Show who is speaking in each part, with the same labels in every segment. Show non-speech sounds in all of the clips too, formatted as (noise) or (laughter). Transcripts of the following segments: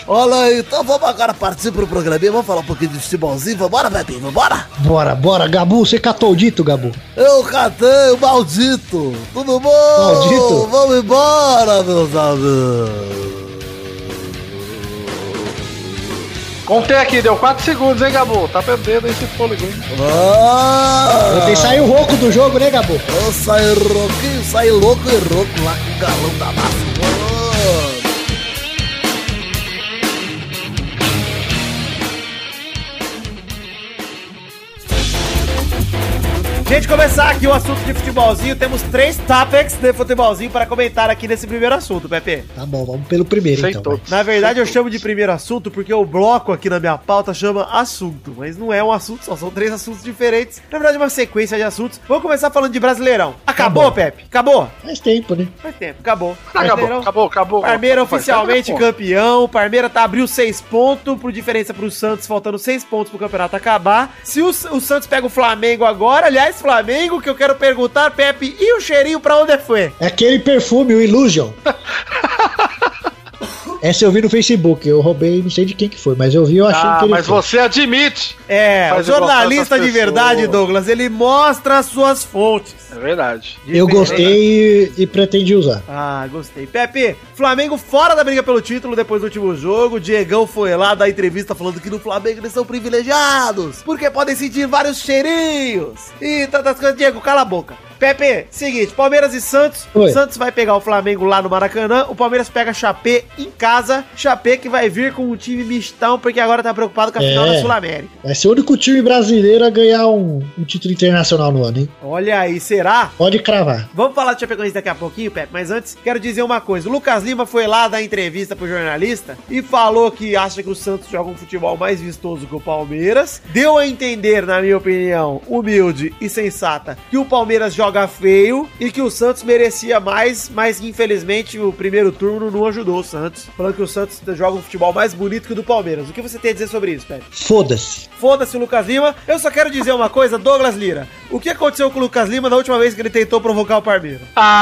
Speaker 1: Olha aí, então vamos agora partir pro programinha, vamos falar um pouquinho de futebolzinho, vambora, Pepinho, vambora?
Speaker 2: Bora, bora, Gabu, você catou o dito, Gabu.
Speaker 1: Eu catei o maldito! Tudo bom?
Speaker 2: Maldito?
Speaker 1: Vamos embora, meus amigos!
Speaker 3: Contei aqui, deu quatro segundos, hein, Gabu? Tá perdendo esse fôlego, hein?
Speaker 1: Então, Ah,
Speaker 2: Ontem saiu o rouco do jogo, né, Gabu?
Speaker 1: eu saí rouquinho, saí louco e rouco lá com o galão da massa. Ah.
Speaker 4: Gente, começar aqui o assunto de futebolzinho. Temos três topics de futebolzinho para comentar aqui nesse primeiro assunto, Pepe.
Speaker 2: Tá bom, vamos pelo primeiro,
Speaker 3: Sei
Speaker 2: então. vai.
Speaker 3: todos.
Speaker 4: Na verdade, eu chamo de primeiro assunto porque o bloco aqui na minha pauta chama assunto, mas não é um assunto só, são três assuntos diferentes. Na verdade, é uma sequência de assuntos. Vamos começar falando de Brasileirão. Acabou,
Speaker 2: Acabou.
Speaker 4: Pepe? Acabou?
Speaker 2: Faz tempo, né?
Speaker 4: Faz tempo, acabou.
Speaker 3: Acabou,
Speaker 4: Brasileirão-
Speaker 3: Tá, acabou, acabou.
Speaker 4: Parmeira
Speaker 3: Acabou,
Speaker 4: oficialmente
Speaker 3: acabou.
Speaker 4: campeão. Parmeira tá abriu seis pontos, por diferença pro Santos, faltando seis pontos pro campeonato acabar. Se o, o Santos pega o Flamengo agora, aliás, Flamengo, que eu quero perguntar, Pepe, e o cheirinho pra onde foi?
Speaker 2: É aquele perfume, o Illusion. Essa eu vi no Facebook, eu roubei, não sei de quem que foi, mas eu vi, eu achei
Speaker 3: Ah,
Speaker 2: que ele
Speaker 3: mas
Speaker 2: foi.
Speaker 3: você admite.
Speaker 4: É,
Speaker 3: Faz
Speaker 4: o jornalista
Speaker 3: igual
Speaker 4: de
Speaker 3: tantas
Speaker 4: verdade,
Speaker 3: pessoas.
Speaker 4: Douglas, ele mostra as suas fontes.
Speaker 3: É verdade.
Speaker 2: Eu gostei
Speaker 3: né?
Speaker 2: e, e pretendi usar.
Speaker 4: Ah, gostei. Pepe, Flamengo fora da briga pelo título depois do último jogo. Diegão foi lá dar entrevista falando que no Flamengo eles são privilegiados, porque podem sentir vários cheirinhos e tantas coisas. Diego, cala a boca. Pepe, seguinte, Palmeiras e Santos.
Speaker 2: Oi.
Speaker 4: Santos vai pegar o Flamengo lá no Maracanã. O Palmeiras pega Chapé em casa. Chapé que vai vir com um time mistão, porque agora tá preocupado com a
Speaker 2: É.
Speaker 4: final da Sul-América.
Speaker 2: Vai ser o único time brasileiro a ganhar um, um título internacional no ano, hein?
Speaker 4: Olha aí, será?
Speaker 2: Pode cravar.
Speaker 4: Vamos falar de Chapecoense daqui a pouquinho, Pepe, mas antes quero dizer uma coisa. O Lucas Lima foi lá dar entrevista pro jornalista e falou que acha que o Santos joga um futebol mais vistoso que o Palmeiras. Deu a entender, na minha opinião, humilde e sensata, que o Palmeiras joga feio e que o Santos merecia mais, mas infelizmente o primeiro turno não ajudou o Santos. Falando que o Santos joga um futebol mais bonito que o do Palmeiras. O que você tem a dizer sobre isso, Pepe?
Speaker 2: Foda-se.
Speaker 4: Foda-se o Lucas Lima. Eu só quero dizer uma coisa, Douglas Lira. O que aconteceu com o Lucas Lima na última vez que ele tentou provocar o Palmeiras?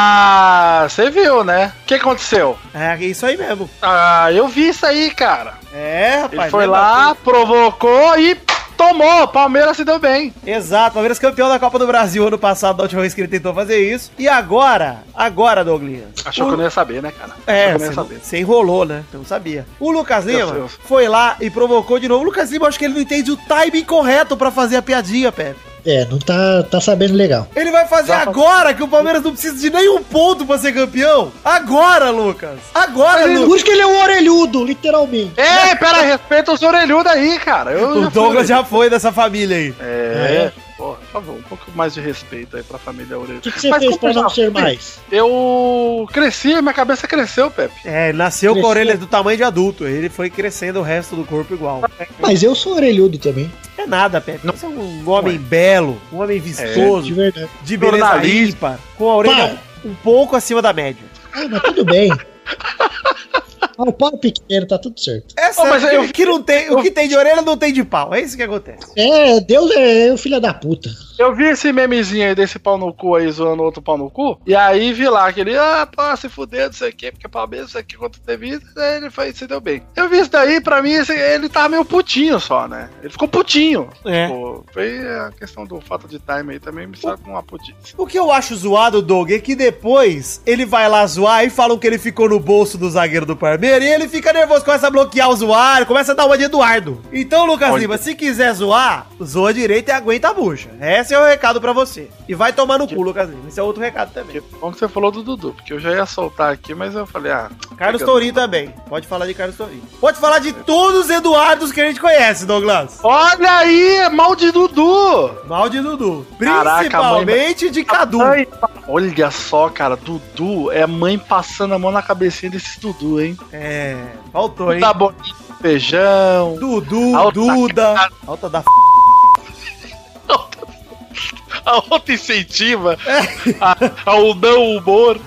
Speaker 3: Ah, você viu, né? O que aconteceu?
Speaker 4: É, é isso aí mesmo.
Speaker 3: Ah, eu vi isso aí, cara.
Speaker 4: É,
Speaker 3: Ele
Speaker 4: rapaz.
Speaker 3: foi
Speaker 4: mesmo
Speaker 3: lá,
Speaker 4: assim.
Speaker 3: provocou e tomou. O Palmeiras se deu bem.
Speaker 4: Exato, Palmeiras campeão da Copa do Brasil ano passado, da última vez que ele tentou fazer isso. E agora, agora, Douglas.
Speaker 3: Achou
Speaker 4: o...
Speaker 3: que eu não ia saber, né, cara?
Speaker 4: É,
Speaker 3: Achou que eu não ia
Speaker 4: você,
Speaker 3: saber.
Speaker 4: você enrolou, né? Eu não sabia. O Lucas Lima
Speaker 3: sei, eu sei.
Speaker 4: foi lá e provocou de novo. O Lucas Lima, eu acho que ele não entende o timing correto pra fazer a piadinha, Pepe.
Speaker 2: É, não tá, tá sabendo legal.
Speaker 4: Ele vai fazer
Speaker 3: Dá pra-
Speaker 4: agora que o Palmeiras não precisa de nenhum ponto pra ser campeão. Agora, Lucas. Agora, Lucas.
Speaker 2: Por isso que ele é um orelhudo, literalmente.
Speaker 3: Ei, pera, respeita os orelhudos aí, cara. Eu
Speaker 4: O
Speaker 3: fui
Speaker 4: Douglas já foi dessa família aí.
Speaker 3: É. Porra, por favor, um pouco mais de respeito aí pra família
Speaker 2: O
Speaker 3: orelhuda.
Speaker 2: que, que você
Speaker 3: Mas
Speaker 2: fez
Speaker 3: como
Speaker 2: pra
Speaker 3: eu
Speaker 2: não
Speaker 3: já
Speaker 2: ser
Speaker 3: fui,
Speaker 2: mais?
Speaker 3: Eu cresci, minha cabeça cresceu, Pepe.
Speaker 4: É, ele nasceu com a
Speaker 2: Cresceu.
Speaker 4: orelha do tamanho de adulto. Ele foi crescendo o resto do corpo igual.
Speaker 2: Mas eu sou orelhudo também,
Speaker 4: É nada, Pepe. Você é um homem belo, um homem
Speaker 2: É, de
Speaker 4: vistoso,
Speaker 2: verdade.
Speaker 4: de beleza
Speaker 3: Jornalista.
Speaker 4: ímpar, com a orelha um pouco acima da média.
Speaker 2: Ah, mas tudo
Speaker 3: (laughs)
Speaker 2: bem. Ah, o pau pequeno, tá tudo certo.
Speaker 4: É
Speaker 3: sério,
Speaker 4: mas
Speaker 3: eu-
Speaker 4: o que não tem, o que tem de orelha não tem de pau. É isso que acontece.
Speaker 2: É, Deus é, o filho da puta.
Speaker 3: Eu vi esse memezinho aí desse pau no cu aí, zoando outro pau no cu, e aí vi lá aquele, ah, pá, se fuder, não sei o quê, porque Palmeiras, não sei o quê, quanto teve isso, aí ele foi, se deu bem. Eu vi isso daí, pra mim, esse- ele tava meio putinho só, né? Ele ficou putinho.
Speaker 4: É.
Speaker 3: Pô, foi a questão do falta de time aí também, me sabe com uma putice.
Speaker 4: O que eu acho zoado, Doug, é que depois ele vai lá zoar e falam que ele ficou no bolso do zagueiro do Palmeiras e ele fica nervoso, começa a bloquear o zoar, começa a dar uma de Eduardo. Então, Lucas
Speaker 3: Olha.
Speaker 4: Lima, se quiser zoar, zoa direito e aguenta a bucha. Esse é o recado pra você. E vai tomar no cu, Lucas Lima. Esse é outro recado também.
Speaker 3: Que bom que você falou do Dudu, porque eu já ia soltar aqui, mas eu falei, ah...
Speaker 4: Carlos
Speaker 3: pegando.
Speaker 4: Tourinho também. Pode falar de Carlos Tourinho. Pode falar de todos os Eduardos que a gente conhece, Douglas.
Speaker 3: Olha aí, é mal de Dudu!
Speaker 4: Mal de Dudu.
Speaker 3: Caraca, mãe,
Speaker 4: Principalmente de Cadu.
Speaker 3: Ai, Olha só, cara, Dudu é mãe passando a mão na cabecinha desses Dudu, hein?
Speaker 4: É, faltou, hein?
Speaker 3: Tá bonito, feijão...
Speaker 4: Dudu,
Speaker 3: (laughs) Alta
Speaker 4: Duda. Alta da f...
Speaker 3: (laughs)
Speaker 4: (laughs)
Speaker 3: A outra incentiva a- ao não humor.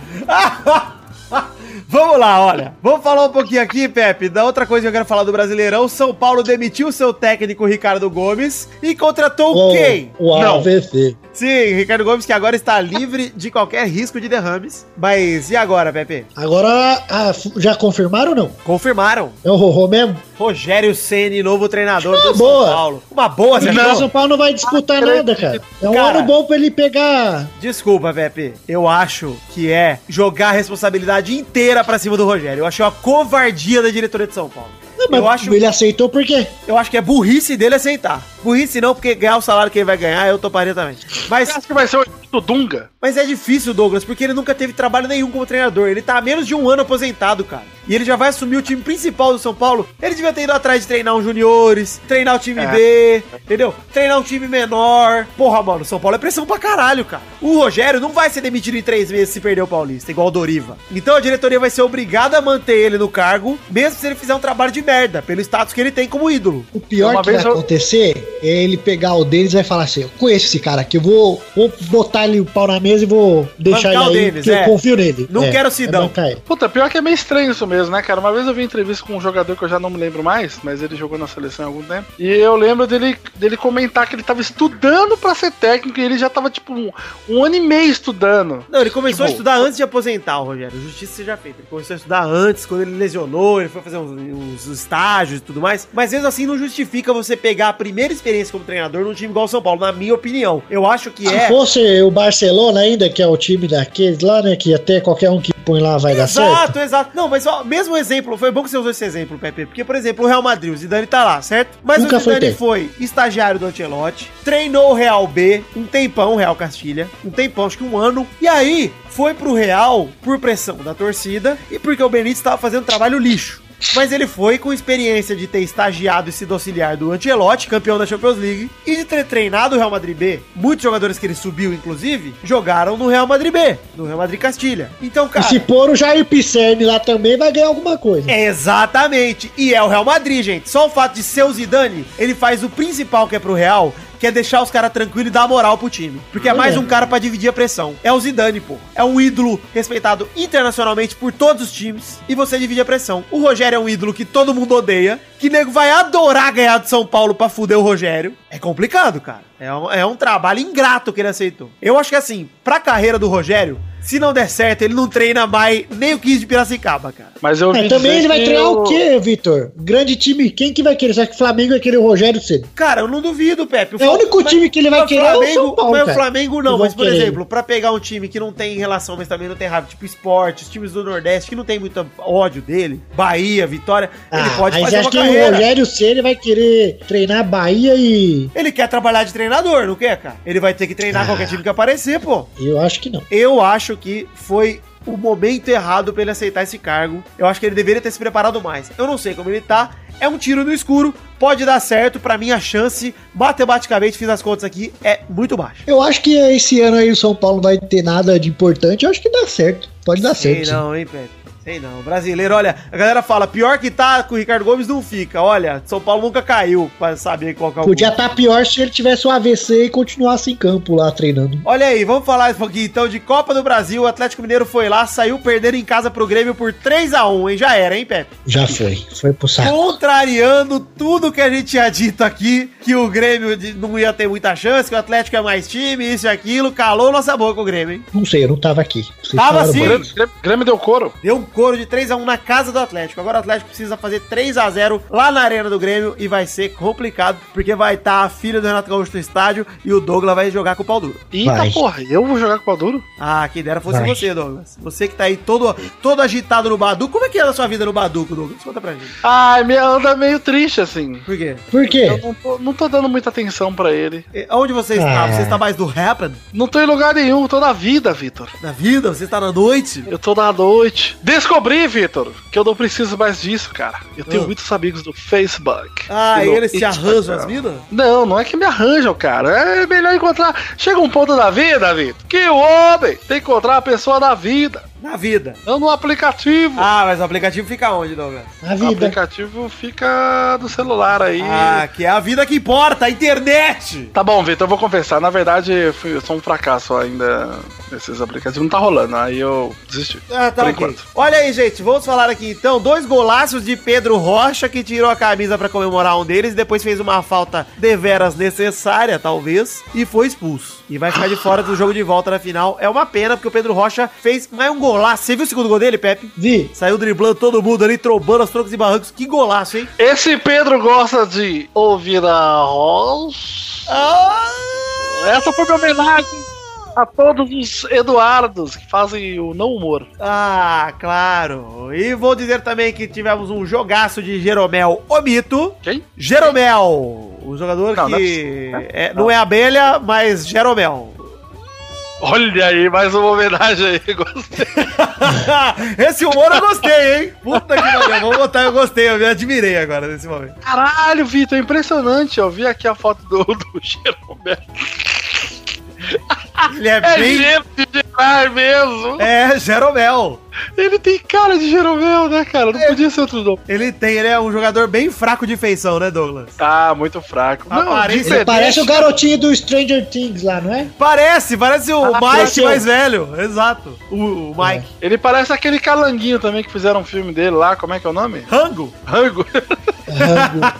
Speaker 4: Vamos lá, olha. Vamos falar um pouquinho aqui, Pepe, da outra coisa que eu quero falar do Brasileirão. São Paulo demitiu seu técnico Ricardo Gomes e contratou
Speaker 2: Oh,
Speaker 4: quem?
Speaker 2: O, o
Speaker 3: Não.
Speaker 2: AVC.
Speaker 4: Sim, Ricardo Gomes, que agora está livre de qualquer risco de derrames. Mas e agora, Pepe?
Speaker 2: Agora, ah, f- já confirmaram ou não?
Speaker 4: Confirmaram.
Speaker 2: É o Rorô mesmo?
Speaker 4: Rogério Ceni, novo treinador
Speaker 2: Uma
Speaker 4: do
Speaker 2: boa.
Speaker 4: São Paulo. Uma boa, você
Speaker 2: Não. O
Speaker 4: achou?
Speaker 2: São Paulo não vai
Speaker 4: Ah,
Speaker 2: disputar nada, cara. É um
Speaker 4: Cara.
Speaker 2: ano bom pra ele pegar.
Speaker 4: Desculpa, Pepe. Eu acho que é jogar a responsabilidade inteira pra cima do Rogério. Eu achei uma covardia da diretoria de São Paulo.
Speaker 2: Não, mas
Speaker 4: eu acho
Speaker 2: ele aceitou por quê?
Speaker 4: Eu acho que é burrice dele aceitar. Burrice não, porque ganhar o salário que ele vai ganhar, eu toparia também.
Speaker 3: Você
Speaker 4: Mas,
Speaker 3: acha que vai ser o Egito Dunga?
Speaker 4: mas é difícil, Douglas, porque ele nunca teve trabalho nenhum como treinador. Ele tá há menos de um ano aposentado, cara. E ele já vai assumir o time principal do São Paulo. Ele devia ter ido atrás de treinar um juniores, treinar o time
Speaker 3: É.
Speaker 4: B, entendeu? Treinar um time menor. Porra, mano, o São Paulo é pressão pra caralho, cara. O Rogério não vai ser demitido em três meses se perder o Paulista, igual o Doriva. Então a diretoria vai ser obrigada a manter ele no cargo, mesmo se ele fizer um trabalho de merda, pelo status que ele tem como ídolo.
Speaker 2: O pior
Speaker 3: Uma
Speaker 2: que
Speaker 3: vez
Speaker 2: vai
Speaker 3: eu-
Speaker 2: acontecer é ele pegar o Denis e vai falar assim: Eu conheço esse cara aqui, eu vou, vou botar ele o pau na mesa e vou deixar
Speaker 4: Bancar
Speaker 2: ele
Speaker 4: o
Speaker 2: aí,
Speaker 4: Denis,
Speaker 2: porque
Speaker 4: é.
Speaker 2: eu confio nele.
Speaker 4: Não
Speaker 2: É,
Speaker 4: quero o
Speaker 2: vai
Speaker 4: Sidão.
Speaker 2: bancar ele.
Speaker 3: Puta, pior que é meio estranho isso mesmo, né, cara? Uma vez eu vi entrevista com um jogador que eu já não me lembro mais, mas ele jogou na seleção há algum tempo. E eu lembro dele, dele comentar que ele tava estudando pra ser técnico e ele já tava, tipo, um, um ano e meio estudando.
Speaker 4: Não, ele começou a
Speaker 3: Tipo,
Speaker 4: estudar antes de aposentar, o Rogério. Justiça seja feita. Ele começou a estudar antes, quando ele lesionou, ele foi fazer uns, uns estágios e tudo mais. Mas mesmo assim, não justifica você pegar a primeira experiência como treinador num time igual o São Paulo, na minha opinião. Eu acho que é.
Speaker 2: Se fosse o Barcelona ainda, que é o time daqueles lá, né? Que até qualquer um que põe lá vai dar certo.
Speaker 4: Exato, exato. Não, mas ó, mesmo exemplo, foi bom que você usou esse exemplo, Pepe, porque, por exemplo, o Real Madrid, o Zidane tá lá, certo? Mas
Speaker 2: Nunca
Speaker 4: o
Speaker 2: foi
Speaker 4: Zidane
Speaker 2: bem.
Speaker 4: foi estagiário do Ancelotti, treinou o Real B, um tempão, o Real Castilha, um tempão, acho que um ano, e aí foi pro Real por pressão da torcida e porque o Benítez tava fazendo trabalho lixo. Mas ele foi com experiência de ter estagiado e sido auxiliar do Ancelotti, campeão da Champions League, e de ter treinado o Real Madrid B. Muitos jogadores que ele subiu, inclusive, jogaram no Real Madrid B, no Real Madrid Castilha. Então, cara.
Speaker 2: E se pôr o Jair Pisserni lá também, vai ganhar alguma coisa.
Speaker 4: Exatamente. E é o Real Madrid, gente. Só o fato de ser o Zidane, ele faz o principal que é pro Real, que é deixar os caras tranquilos e dar moral pro time. Porque é mais um cara pra dividir a pressão. É o Zidane, pô. É um ídolo respeitado internacionalmente por todos os times e você divide a pressão. O Rogério é um ídolo que todo mundo odeia, que nego vai adorar ganhar do São Paulo pra fuder o Rogério. É complicado, cara. É um, é um trabalho ingrato que ele aceitou. Eu acho que assim, pra carreira do Rogério, Se não der certo, ele não treina mais nem o 15 de Piracicaba, cara.
Speaker 3: Mas eu ouvi
Speaker 2: É, também
Speaker 3: dizer
Speaker 2: ele vai
Speaker 3: que
Speaker 2: treinar
Speaker 3: o-
Speaker 2: o quê, Vitor? Grande time, quem que vai querer? Você acha que o Flamengo vai querer o Rogério cedo?
Speaker 4: Cara, eu não duvido, Pepe.
Speaker 2: É o único time que ele vai
Speaker 4: Mas
Speaker 2: querer é o São Paulo,
Speaker 4: mas o
Speaker 2: cara.
Speaker 4: Flamengo não,
Speaker 2: Não
Speaker 4: mas
Speaker 2: vão
Speaker 4: por
Speaker 2: querer.
Speaker 4: exemplo, pra pegar um time que não tem relação, mas também não tem raiva, tipo esporte, os times do Nordeste que não tem muito ódio dele, Bahia, Vitória, ele
Speaker 2: Ah,
Speaker 4: pode
Speaker 2: mas
Speaker 4: fazer
Speaker 2: acho
Speaker 4: uma
Speaker 2: que um o
Speaker 4: carreira.
Speaker 2: Rogério Ceni vai querer treinar Bahia e
Speaker 4: Ele quer trabalhar de treinador, não quer, cara? Ele vai ter que treinar
Speaker 2: Ah.
Speaker 4: qualquer time que aparecer, pô.
Speaker 2: eu acho que não.
Speaker 4: Eu acho que foi o momento errado pra ele aceitar esse cargo. Eu acho que ele deveria ter se preparado mais. Eu não sei como ele tá. É um tiro no escuro, pode dar certo. Pra mim, a chance, matematicamente, fiz as contas aqui, é muito baixa.
Speaker 2: Eu acho que esse ano aí o São Paulo não vai ter nada de importante. Eu acho que dá certo. Pode dar
Speaker 4: Sei
Speaker 2: certo. sim.
Speaker 4: não, hein, Pepe? Sei não. Brasileiro, olha, a galera fala, pior que tá com o Ricardo Gomes não fica. Olha, São Paulo nunca caiu pra saber qual que é o.
Speaker 2: Podia estar pior se ele tivesse um AVC e continuasse em campo lá treinando.
Speaker 4: Olha aí, vamos falar um pouquinho então de Copa do Brasil. O Atlético Mineiro foi lá, saiu perdendo em casa pro Grêmio por 3 a 1 hein? Já era, hein, Pepe?
Speaker 2: Já foi. Foi pro
Speaker 4: Tá.
Speaker 2: saco.
Speaker 4: Contrariando tudo que a gente tinha dito aqui, que o Grêmio de- não ia ter muita chance, que o Atlético é mais time, isso e aquilo, calou nossa boca o Grêmio, hein?
Speaker 2: Não sei, eu não tava aqui. Vocês
Speaker 4: Tava
Speaker 2: falaram
Speaker 4: sim.
Speaker 2: bem.
Speaker 3: Grêmio- Grêmio- Grêmio deu couro.
Speaker 4: Deu um coro de 3x1 na casa do Atlético. Agora o Atlético precisa fazer 3x0 lá na Arena do Grêmio e vai ser complicado, porque vai estar a filha do Renato Gaúcho no estádio e o Douglas vai jogar com o pau duro.
Speaker 3: Eita
Speaker 2: Vai.
Speaker 3: porra, eu vou jogar com o pau duro?
Speaker 4: Ah, quem dera fosse
Speaker 2: Vai.
Speaker 4: você, Douglas. Você que tá aí todo, todo agitado no Baduco. Como é que é a sua vida no Baduco, Douglas? Conta pra gente.
Speaker 3: Ai, me anda meio triste assim.
Speaker 4: Por quê?
Speaker 2: Por quê?
Speaker 3: Eu não tô, não tô dando muita atenção pra ele.
Speaker 4: E Onde você está?
Speaker 2: Ah.
Speaker 4: Você está mais no Happen?
Speaker 3: Não tô em lugar nenhum, tô na vida, Vitor.
Speaker 4: Na vida? Você está na noite?
Speaker 3: Eu tô na noite. Descobri, Vitor, que eu não preciso mais disso, cara. Eu tenho
Speaker 4: Ah.
Speaker 3: muitos amigos do Facebook.
Speaker 4: Ah,
Speaker 3: e no
Speaker 4: eles se arranjam as
Speaker 3: Instagram.
Speaker 4: minas?
Speaker 3: Não, não é que me arranjam, cara. É melhor encontrar. Chega um ponto da vida, Vitor, que o homem tem que encontrar a pessoa na vida,
Speaker 4: Na vida.
Speaker 3: não no aplicativo.
Speaker 4: Ah, mas o aplicativo fica onde, Douglas?
Speaker 2: Na
Speaker 3: O
Speaker 2: vida.
Speaker 3: aplicativo fica do celular aí.
Speaker 4: Ah, que é a vida que importa, a internet!
Speaker 3: Tá bom, Vitor, eu vou confessar. Na verdade, eu fui- eu sou um fracasso ainda nesses aplicativos. Não tá rolando, aí eu desisti.
Speaker 4: Ah, tá
Speaker 3: Por
Speaker 4: ok.
Speaker 3: enquanto.
Speaker 4: Olha aí, gente, vamos falar aqui então. Dois golaços de Pedro Rocha, que tirou a camisa pra comemorar um deles, depois fez uma falta deveras necessária, talvez, e foi expulso. E vai ficar de fora do jogo de volta na final. É uma pena, porque o Pedro Rocha fez mais um golaço. Você viu o segundo gol dele, Pepe?
Speaker 2: Vi.
Speaker 4: Saiu driblando todo mundo ali, trombando os troncos e barrancos. Que golaço, hein?
Speaker 3: Esse Pedro gosta de ouvir a Ross. Essa foi minha homenagem a todos os Eduardos que fazem o não humor.
Speaker 4: Ah, claro. E vou dizer também que tivemos um jogaço de Jeromel Omito.
Speaker 3: Quem?
Speaker 4: Jeromel, o jogador
Speaker 3: Não, não é
Speaker 4: que não é, não é abelha, mas Jeromel. (laughs)
Speaker 3: Olha aí, mais uma homenagem aí. (laughs) Gostei.
Speaker 4: Esse humor eu gostei, hein? Puta que pariu, vou botar eu gostei, eu me admirei agora nesse momento.
Speaker 3: Caralho, Vitor, é impressionante. Eu vi aqui a foto do, do Jeromel.
Speaker 4: Ele é,
Speaker 3: É
Speaker 4: bem...
Speaker 3: gêmeo de Gerard mesmo.
Speaker 4: É, Jeromel.
Speaker 3: Ele tem cara de Jeromel, né, cara?
Speaker 4: É.
Speaker 3: Não podia ser outro nome.
Speaker 4: Ele tem, ele é um jogador bem fraco de feição, né, Douglas?
Speaker 3: Tá, muito fraco.
Speaker 4: Aparência- é
Speaker 3: diferente.
Speaker 2: Ele parece o garotinho do Stranger Things lá, não é?
Speaker 4: (laughs) Parece, parece o Mike
Speaker 2: pareceu.
Speaker 4: mais velho, exato. O, o Mike.
Speaker 3: É. Ele parece aquele calanguinho também que fizeram um filme dele lá, como é que é o nome?
Speaker 4: Rango. (laughs) é.
Speaker 3: Rango.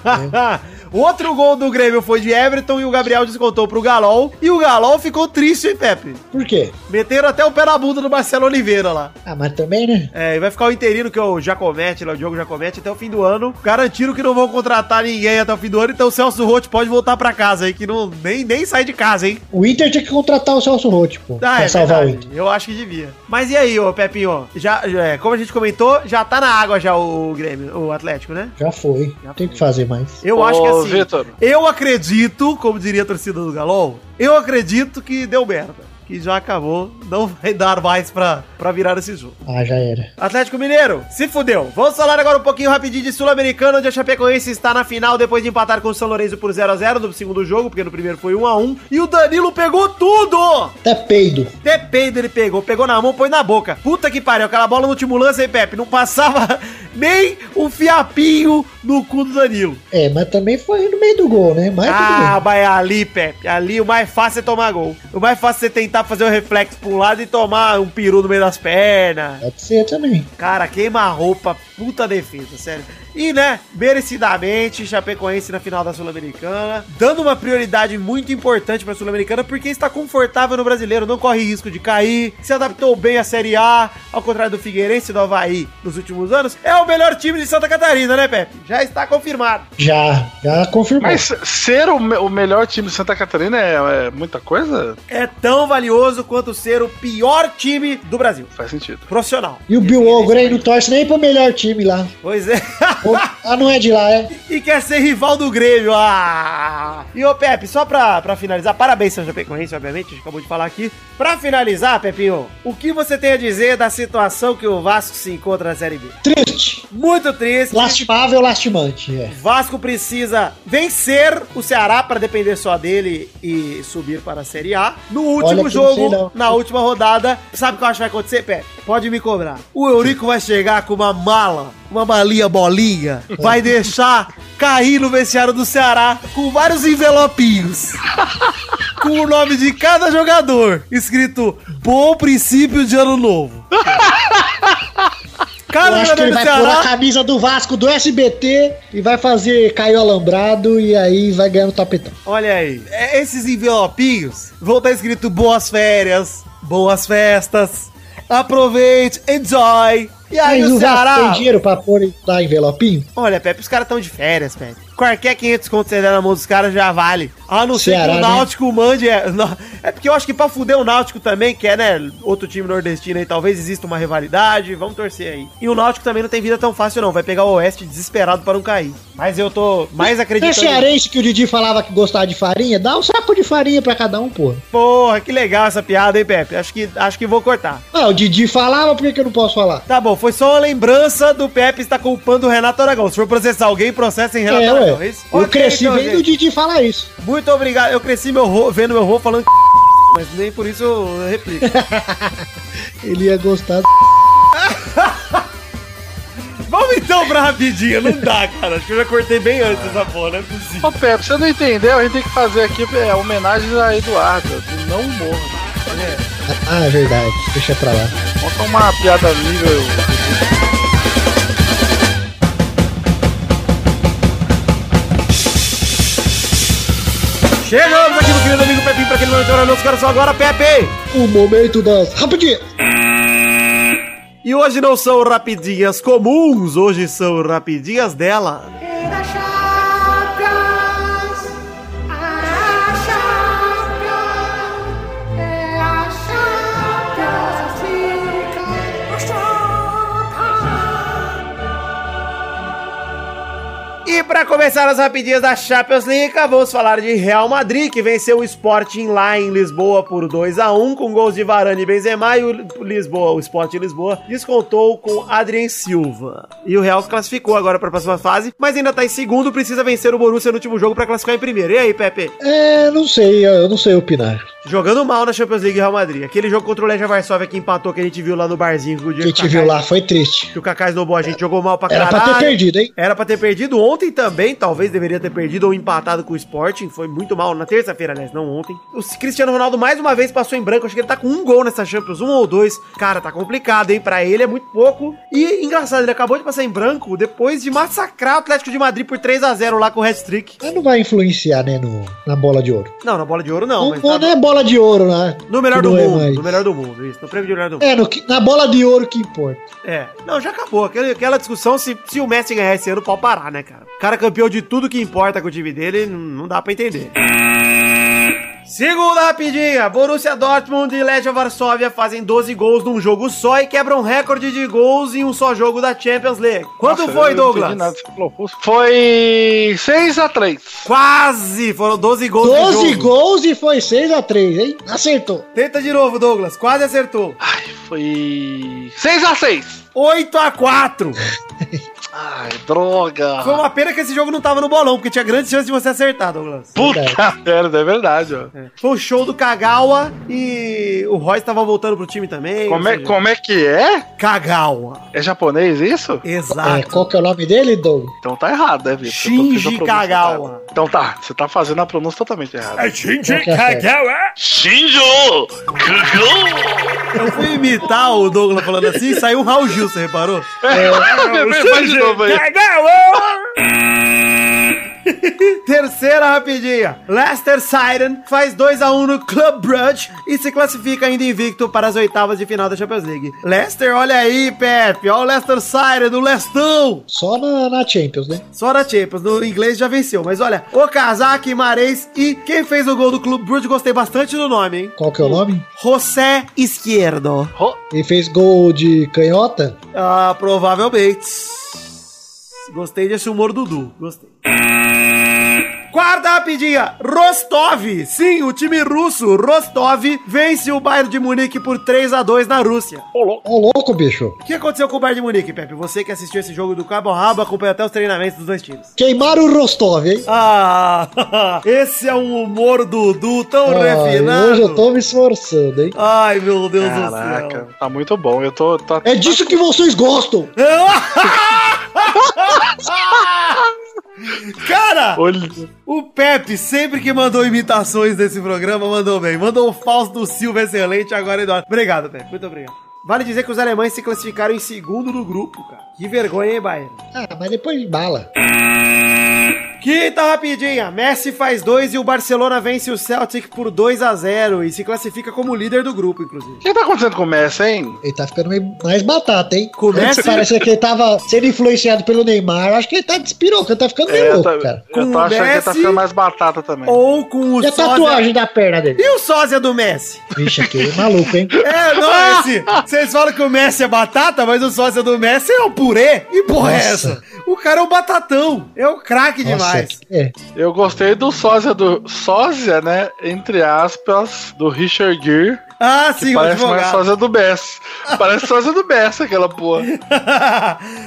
Speaker 2: Rango,
Speaker 4: O Outro gol do Grêmio foi de Everton e o Gabriel descontou pro Galol. E o Galol ficou triste, hein, Pepe?
Speaker 2: é. Por quê?
Speaker 4: Meteram até o pé na bunda do Marcelo Oliveira lá.
Speaker 2: Ah, mas também, né?
Speaker 4: É, e vai ficar o interino que é o Jacomete, lá, o Diogo Jacomete, até o fim do ano. Garantiram que não vão contratar ninguém até o fim do ano, então o Celso Roth pode voltar pra casa aí, que não, nem, nem sai de casa, hein?
Speaker 2: O Inter tinha que contratar o Celso Roth, pô.
Speaker 4: Ah,
Speaker 2: pra
Speaker 4: é
Speaker 2: salvar o Inter.
Speaker 4: verdade. Eu acho que devia. Mas e aí, ô Pepinho? Já, já é, como a gente comentou, já tá na água já o Grêmio, o Atlético, né?
Speaker 2: Já foi.
Speaker 4: Já
Speaker 2: Não tem o que fazer mais.
Speaker 4: Eu acho que assim.
Speaker 3: Ô, Vitor.
Speaker 4: Eu acredito, como diria a torcida do Galol, eu acredito que deu merda. Que já acabou, não vai dar mais pra, pra virar esse jogo.
Speaker 2: Ah, já era.
Speaker 4: Atlético Mineiro, se fudeu. Vamos falar agora um pouquinho rapidinho de Sul-Americano, onde a Chapecoense está na final depois de empatar com o São Lourenço por 0 a 0 no segundo jogo, porque no primeiro foi 1 a 1 E o Danilo pegou tudo!
Speaker 2: Até peido.
Speaker 4: Depende, ele pegou. Pegou na mão, põe na boca. Puta que pariu, aquela bola no último lance, hein, Pepe? Não passava (laughs) nem um fiapinho no cu do Danilo.
Speaker 2: É, mas também foi no meio do gol, né? Mas
Speaker 4: Ah, mas ali, Pepe, ali o mais fácil é tomar gol. O mais fácil é você tentar fazer o reflexo pro lado e tomar um peru no meio das pernas.
Speaker 2: tudo bem. Pode ser também.
Speaker 4: Cara, queima a roupa, puta defesa, sério. E, né, merecidamente, Chapecoense na final da Sul-Americana, dando uma prioridade muito importante pra Sul-Americana, porque está confortável no brasileiro, não corre risco de cair, se adaptou bem à Série A, ao contrário do Figueirense e do Havaí nos últimos anos. É o melhor time de Santa Catarina, né, Pepe? Já está confirmado.
Speaker 2: Já, já confirmou.
Speaker 3: Mas ser o, me- o melhor time de Santa Catarina é, é muita coisa?
Speaker 4: É tão valioso quanto ser o pior time do Brasil.
Speaker 3: Faz sentido.
Speaker 4: Profissional.
Speaker 2: E o Bill Ogro aí não torce nem pro melhor time lá.
Speaker 4: Pois é. (laughs)
Speaker 2: Ou- ah, não é de lá, é?
Speaker 4: e quer ser rival do Grêmio. Ah! E ô Pepe, só pra, pra finalizar, parabéns, São Japecoense, obviamente, a gente acabou de falar aqui. Pra finalizar, Pepinho, o que você tem a dizer da situação que o Vasco se encontra na Série B?
Speaker 2: Triste.
Speaker 4: Muito triste.
Speaker 2: Lastimável, lastimante, é.
Speaker 4: Vasco precisa vencer o Ceará para depender só dele e subir para a Série A. No
Speaker 2: Olha
Speaker 4: último
Speaker 2: que
Speaker 4: jogo,
Speaker 2: não sei não.
Speaker 4: na última rodada, sabe o que eu acho que vai acontecer, Pepe? Pode me cobrar. O Eurico vai chegar com uma mala, uma malinha bolinha,
Speaker 2: É.
Speaker 4: vai deixar cair no vestiário do Ceará com
Speaker 2: (laughs)
Speaker 4: vários envelopinhos. Com o nome de cada jogador, escrito Bom Princípio de
Speaker 2: (laughs)
Speaker 4: Ano Novo.
Speaker 2: Eu
Speaker 4: Cada
Speaker 2: acho que ele
Speaker 4: jogador Ah,
Speaker 2: vai
Speaker 4: é do
Speaker 2: pôr a
Speaker 4: Ceará
Speaker 2: camisa do Vasco do SBT e vai fazer cair o alambrado e aí vai ganhando o tapetão.
Speaker 4: Olha aí. É, Esses envelopinhos vão estar escrito boas férias, boas festas, aproveite, enjoy. E aí
Speaker 2: Mas
Speaker 4: o
Speaker 2: o Vasco tem
Speaker 4: Ceará...
Speaker 2: dinheiro pra pôr e dar envelopinho?
Speaker 4: Olha, Pepe, os caras estão de férias, Pepe. Qualquer 500 conto que você der na mão dos caras já vale. A não ser que
Speaker 2: Ceará,
Speaker 4: o
Speaker 2: né?
Speaker 4: Náutico mande... É, (laughs) não, é porque eu acho que pra fuder o Náutico também, que é, né, outro time nordestino aí, talvez exista uma rivalidade, vamos torcer aí. E o Náutico também não tem vida tão fácil não, vai pegar o Oeste desesperado pra não cair. Mas eu tô mais
Speaker 2: É
Speaker 4: acreditando...
Speaker 2: cearense que o Didi falava que gostava de farinha? Dá um saco de farinha pra cada um, porra.
Speaker 4: Porra, que legal essa piada, hein, Pepe? Acho que, acho que vou cortar.
Speaker 2: Ah, o Didi falava, por que, que eu não posso falar?
Speaker 4: Tá bom, foi só uma lembrança do Pepe estar culpando o Renato Aragão. Se for processar alguém, processem Renato
Speaker 2: É,
Speaker 4: Aragão.
Speaker 2: ué.
Speaker 4: isso?
Speaker 2: Eu
Speaker 4: Ok,
Speaker 2: cresci
Speaker 4: então,
Speaker 2: vendo o
Speaker 4: gente.
Speaker 2: Didi falar isso.
Speaker 4: Muito obrigado. Eu cresci meu ro... vendo meu rolo falando c****, (laughs) mas nem por isso eu
Speaker 2: (laughs)
Speaker 4: replico.
Speaker 2: Ele ia gostar. do-
Speaker 4: Vamos então pra rapidinho. Não dá, cara. Acho que eu já cortei bem antes essa porra, não é possível.
Speaker 3: Ô Pepe, você não entendeu? A gente tem que fazer aqui é, homenagens a Eduardo, do Não Morra.
Speaker 2: Ah, é verdade. Deixa pra lá.
Speaker 3: Conta uma piada nível.
Speaker 4: Chegamos aqui no querido amigo Pepinho pra aquele momento do nosso cara só agora, Pepe!
Speaker 2: O momento das. Rapidinho!
Speaker 4: E hoje não são rapidinhas comuns, hoje são rapidinhas dela.
Speaker 5: Era Chapas, a Chapas, é a Chapas, fica a Chapas.
Speaker 4: E pra começar as rapidinhas da Champions League, vamos falar de Real Madrid, que venceu o Sporting lá em Lisboa por 2 a 1 com gols de Varane e Benzema, e o Lisboa, o Sporting Lisboa, descontou com Adrien Silva. E o Real se classificou agora pra próxima fase, mas ainda tá em segundo, precisa vencer o Borussia no último jogo pra classificar em primeiro. E aí, Pepe?
Speaker 2: É, não sei, eu não sei opinar.
Speaker 4: Jogando mal na Champions League Real Madrid. Aquele jogo contra o Legia Varsóvia que empatou, que a gente viu lá no barzinho que o
Speaker 2: A
Speaker 4: Diego
Speaker 2: gente
Speaker 4: Kaká-
Speaker 2: viu lá, foi triste.
Speaker 4: Que o Kaká esnobou, a gente jogou mal pra
Speaker 2: Era
Speaker 4: caralho.
Speaker 2: pra ter perdido, hein?
Speaker 4: Era pra ter perdido ontem também, talvez deveria ter perdido ou empatado com o Sporting, foi muito mal na terça-feira, aliás, não ontem. O Cristiano Ronaldo mais uma vez passou em branco, acho que ele tá com um gol nessa Champions, um ou dois. Cara, tá complicado, hein? Pra ele é muito pouco. E engraçado, ele acabou de passar em branco depois de massacrar o Atlético de Madrid por 3 a 0 lá com o hat-trick.
Speaker 2: Mas não vai influenciar, né, no, na bola de ouro.
Speaker 4: Não, na bola de ouro não,
Speaker 2: Não,
Speaker 4: mas tá
Speaker 2: não
Speaker 4: na-
Speaker 2: é bola de ouro, né?
Speaker 4: no melhor
Speaker 2: que
Speaker 4: do
Speaker 2: não é
Speaker 4: mundo,
Speaker 2: mais.
Speaker 4: no melhor do mundo, isso, no prêmio de melhor do mundo.
Speaker 2: É, no que- na bola de ouro que importa.
Speaker 4: É, não, já acabou. Aquela, aquela discussão se, se o Messi ganhar esse ano, pode parar, né, cara? O cara é campeão de tudo que importa com o time dele, n- não dá pra entender. Segunda rapidinha, Borussia Dortmund e Legia Varsóvia fazem 12 gols num jogo só e quebram um recorde de gols em um só jogo da Champions League. Quanto
Speaker 3: Nossa,
Speaker 4: um foi,
Speaker 3: eu não entendi nada
Speaker 4: Douglas?
Speaker 3: que você falou. Foi 6x3.
Speaker 4: Quase! Foram 12 gols no
Speaker 2: 12
Speaker 4: jogo.
Speaker 2: gols e foi 6 a 3 hein? Acertou.
Speaker 4: Tenta de novo, Douglas. Quase acertou.
Speaker 3: Ai, foi 6x6.
Speaker 4: 8 a 4
Speaker 3: Ai, droga.
Speaker 4: Foi uma pena é que esse jogo não tava no bolão, porque tinha grande chance de você acertar, Douglas.
Speaker 3: Puta (laughs) merda, é verdade, ó.
Speaker 4: É. Foi o show do Kagawa e o Royce tava voltando pro time também.
Speaker 3: Como
Speaker 4: ou
Speaker 3: é,
Speaker 4: seja,
Speaker 3: como é que é?
Speaker 4: Kagawa.
Speaker 3: É japonês isso?
Speaker 2: É,
Speaker 4: Exato.
Speaker 2: qual que é o nome dele, Doug?
Speaker 3: Então tá errado, né, Vitor? Eu tô- fiz a
Speaker 4: Shinji
Speaker 3: pronúncia
Speaker 4: Kagawa.
Speaker 3: errada. Então tá, você tá fazendo a pronúncia totalmente errada.
Speaker 2: Qual que é a série?
Speaker 3: Shinjo!
Speaker 4: Eu fui imitar o Douglas falando assim e saiu o Raul Gil, você reparou?
Speaker 3: Faz de novo aí.
Speaker 4: (laughs) Terceira rapidinha. Leicester Siren faz 2x1 no Club Brugge e se classifica ainda invicto para as oitavas de final da Champions League. Leicester, olha aí, Pepe. Olha o Leicester Siren, do Lestão.
Speaker 2: Só na, na Champions, né?
Speaker 4: Só da Champions, no inglês já venceu. Mas olha, Okazaki, Mares e quem fez o gol do Club Brugge, gostei bastante do nome, hein?
Speaker 2: Qual que é o nome?
Speaker 4: José Izquierdo.
Speaker 2: Ele fez gol de canhota?
Speaker 4: Ah, provavelmente. Gostei desse humor Dudu. Gostei. Quarta rapidinha, Rostov. Sim, o time russo, Rostov, vence o Bayern de Munique por 3 a 2 na Rússia.
Speaker 2: Ô, louco, bicho.
Speaker 4: O que aconteceu com o Bayern de Munique, Pepe? Você que assistiu esse jogo do cabo ao rabo, acompanhou até os treinamentos dos dois times.
Speaker 2: Queimaram o Rostov, hein?
Speaker 4: Ah, (laughs) esse é um humor Dudu tão
Speaker 2: Ai,
Speaker 4: refinado.
Speaker 2: hoje eu tô me esforçando, hein?
Speaker 4: Ai, meu Deus do céu.
Speaker 3: Caraca, tá muito bom. Eu tô. tá tô-
Speaker 2: É disso que vocês gostam!
Speaker 4: (laughs) Cara,
Speaker 3: Olha,
Speaker 4: O Pepe, sempre que mandou imitações desse programa, mandou bem. Mandou o Fausto Silva excelente agora, Eduardo. Obrigado, Pepe. Muito obrigado. Vale dizer que os alemães se classificaram em segundo do grupo, cara. Que vergonha, hein, Bayern?
Speaker 2: Ah, mas depois bala.
Speaker 4: Quinta rapidinha. Messi faz dois e o Barcelona vence o Celtic por 2 a 0 e se classifica como líder do grupo, inclusive.
Speaker 3: o que tá acontecendo com o Messi, hein?
Speaker 2: Ele tá ficando meio mais batata, hein?
Speaker 4: Começa-
Speaker 2: Antes Parece que ele tava sendo influenciado pelo Neymar. Acho que ele tá despirou, que ele tá ficando meio
Speaker 3: É, eu,
Speaker 2: louco,
Speaker 3: tá-
Speaker 2: cara.
Speaker 3: eu
Speaker 4: Com
Speaker 3: tô
Speaker 4: o
Speaker 3: achando que ele tá
Speaker 4: Messi-
Speaker 3: ficando mais batata também.
Speaker 4: Ou com o
Speaker 2: E a tatuagem da perna dele?
Speaker 4: E o sósia do Messi?
Speaker 2: Vixe, aquele maluco, hein?
Speaker 4: É, não é
Speaker 2: (laughs)
Speaker 4: esse. Vocês falam que o Messi é batata, mas o sósia do Messi é o purê. Que porra é
Speaker 2: Nossa.
Speaker 4: essa? O cara é um batatão. É o craque demais.
Speaker 2: Nossa, é.
Speaker 3: Eu gostei do sósia do. Sósia, né? Entre aspas, do Richard Gere.
Speaker 4: Ah,
Speaker 3: que
Speaker 4: sim, o
Speaker 3: parece mais
Speaker 4: advogado.
Speaker 3: sósia do Bess. Parece sósia do Bess aquela porra.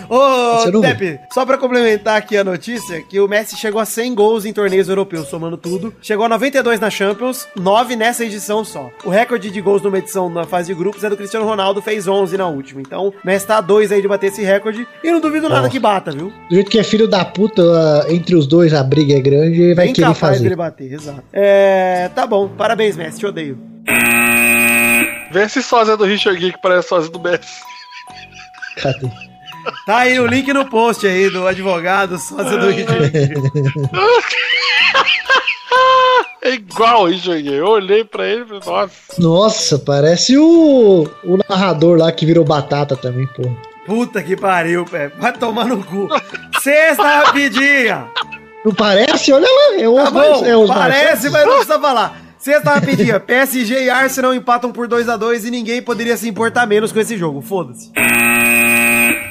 Speaker 4: Ô, (laughs)
Speaker 2: Você não
Speaker 4: Pepe, só pra complementar aqui a notícia, que o Messi chegou a 100 gols em torneios europeus, somando tudo. Chegou a 92 na Champions, 9 nessa edição só. O recorde de gols numa edição na fase de grupos é do Cristiano Ronaldo, fez 11 na última. Então, o Messi tá a 2 aí de bater esse recorde. E não duvido nada
Speaker 2: Nossa.
Speaker 4: que bata, viu?
Speaker 2: Do jeito que é filho da puta, ah, entre os dois a briga é grande e vai
Speaker 4: Bem
Speaker 2: querer
Speaker 4: capaz
Speaker 2: fazer.
Speaker 4: dele bater, exato. É, tá bom. Parabéns, Messi, te odeio.
Speaker 3: Vê se sósia do Richard Gere que parece sósia do Bess.
Speaker 2: Cadê?
Speaker 4: Tá aí o link no post aí do advogado, sócio do Richard.
Speaker 3: É igual o Richard Gere. Eu olhei pra ele e falei, nossa.
Speaker 2: Nossa, parece o, o narrador lá que virou batata também, pô.
Speaker 4: Puta que pariu, Pepe. Vai tomar no cu. Sexta rapidinha.
Speaker 2: Não parece? Olha lá, é os
Speaker 4: Tá
Speaker 2: mais-
Speaker 4: bom,
Speaker 2: é os
Speaker 4: parece,
Speaker 2: mais-
Speaker 4: mas não precisa falar. tá Sexta rapidinha. PSG e Arsenal empatam por 2 a 2 e ninguém poderia se importar menos com esse jogo. Foda-se.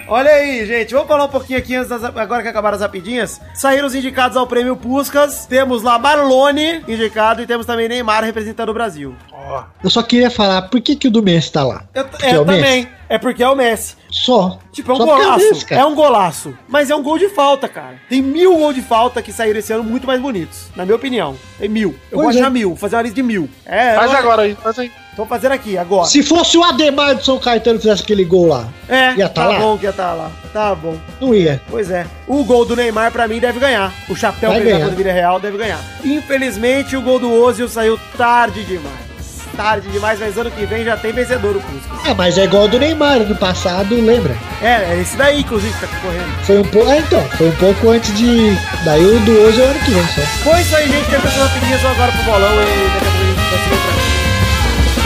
Speaker 4: Olha aí, gente. Vamos falar um pouquinho aqui antes das- agora que acabaram as rapidinhas. Saíram os indicados ao prêmio Puskas. Temos lá Marlone indicado e temos também Neymar representando o Brasil.
Speaker 3: Ó,
Speaker 2: Eu só queria falar, por que, que o do Messi tá lá?
Speaker 4: Eu,
Speaker 2: Porque
Speaker 4: é,
Speaker 2: é o
Speaker 4: também.
Speaker 2: Messi?
Speaker 4: É porque é o Messi.
Speaker 2: Só.
Speaker 4: Tipo, é um
Speaker 2: Só por causa
Speaker 4: golaço.
Speaker 2: disso, cara.
Speaker 4: é um golaço. Mas é um gol de falta, cara. Tem mil gols de falta que saíram esse ano muito mais bonitos. Na minha opinião. Tem mil. Eu
Speaker 2: Pois
Speaker 4: vou achar
Speaker 2: é.
Speaker 4: mil. Vou fazer uma lista de mil. É,
Speaker 3: faz
Speaker 4: eu-
Speaker 3: agora aí, faz aí.
Speaker 4: Tô fazendo aqui, agora.
Speaker 2: Se fosse o Ademar do São Caetano que fizesse aquele gol lá,
Speaker 4: É,
Speaker 2: Ia tá
Speaker 4: tá
Speaker 2: lá?
Speaker 4: bom que ia tá lá. Tá bom.
Speaker 2: não ia.
Speaker 4: Pois é. O gol do Neymar, pra mim, deve ganhar. O chapéu
Speaker 2: Vai
Speaker 4: que ele dá
Speaker 2: ganhar.
Speaker 4: contra o Vila Real deve ganhar. Infelizmente, o gol do Ozil saiu tarde demais. Tarde demais, mas ano que vem já tem vencedor o Cusco.
Speaker 2: É, mas é igual ao do Neymar ano passado, lembra?
Speaker 4: É, é esse daí, inclusive, que tá concorrendo.
Speaker 2: Foi um pouco. É, então, foi um pouco antes de. Daí o do hoje é o ano que vem só.
Speaker 4: Foi isso aí, gente. Temos uma rapidinha só agora pro bolão e daqui a pouco a gente vai se encontrar.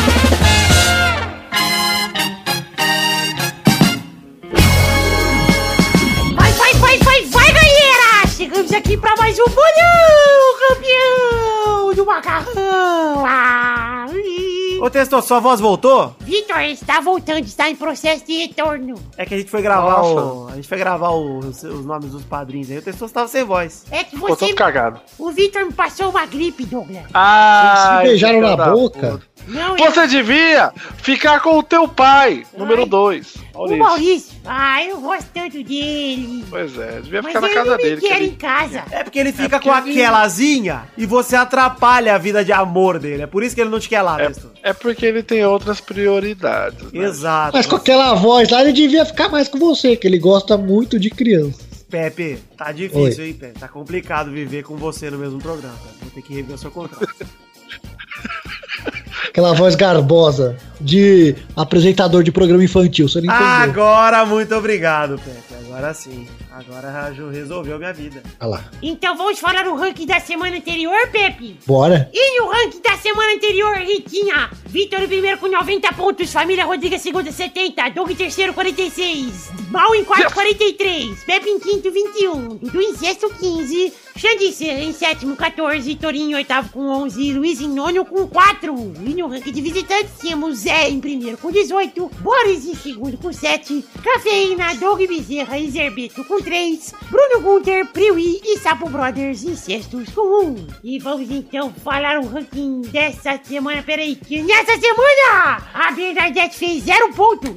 Speaker 5: Vai, vai, vai, vai, vai, galera! Chegamos aqui pra mais um bolão, campeão do macarrão! Ah, ih.
Speaker 4: Ô, Testo, sua voz voltou?
Speaker 5: Vitor, está voltando, está em processo de retorno.
Speaker 4: É que a gente foi gravar
Speaker 3: Nossa.
Speaker 4: o... A gente foi gravar o- os, os nomes dos padrinhos aí. O Testo estava sem voz.
Speaker 5: É que
Speaker 3: Ficou
Speaker 5: você.
Speaker 3: todo cagado.
Speaker 5: O Vitor me passou uma gripe, Douglas.
Speaker 3: Ah,
Speaker 2: Eles se beijaram
Speaker 3: filho
Speaker 2: na
Speaker 3: da
Speaker 2: boca.
Speaker 3: puta.
Speaker 5: Não, eu-
Speaker 3: Você devia ficar com o teu pai, número
Speaker 5: Ai.
Speaker 3: 2.
Speaker 5: O
Speaker 3: Maurício.
Speaker 5: Maurício. Ah, eu gosto tanto dele.
Speaker 3: Pois é, devia
Speaker 5: Mas
Speaker 3: ficar na
Speaker 5: ele
Speaker 3: casa
Speaker 5: não me
Speaker 3: dele. que
Speaker 5: quer
Speaker 3: ele-
Speaker 5: em
Speaker 3: (laughs)
Speaker 5: casa.
Speaker 4: É porque ele fica com aquelazinha e você atrapalha a vida de amor dele. É por isso que ele não te quer lá, Nestor.
Speaker 3: É porque ele tem outras prioridades. né?
Speaker 4: Exato.
Speaker 2: Mas com aquela voz lá, ele devia ficar mais com você, que ele gosta muito de criança.
Speaker 4: Pepe, tá difícil, hein, Pepe? Tá complicado viver com você no mesmo programa. Pepe. Vou ter que rever o seu contrato.
Speaker 2: Aquela voz garbosa de apresentador de programa infantil, você não entendeu.
Speaker 4: Agora, muito obrigado, Pepe. Agora sim. Agora a Ju resolveu minha vida.
Speaker 2: Olha lá.
Speaker 5: Então vamos falar do ranking da semana anterior, Pepe?
Speaker 2: Bora.
Speaker 5: E no ranking da semana anterior, Ritinha, Vitor em primeiro com 90 pontos, Família Rodrigues segunda 70, Doug em terceiro 46, Mal em quarto 43, Pepe em quinto 21, Dudu em sexto 15, Xande em se- em sétimo 14, Torinho em oitavo com 11, Luiz em nono com 4. E no ranking de visitantes tínhamos Zé é, em primeiro com 18, Boris em segundo com 7, Cafeína, Doug Bezerra e Zerbeto com 3, Bruno Gunter, Priui e Sapo Brothers em sextos com 1. E vamos então falar o ranking dessa semana, peraí, que nessa semana a Bernadette fez 0 pontos,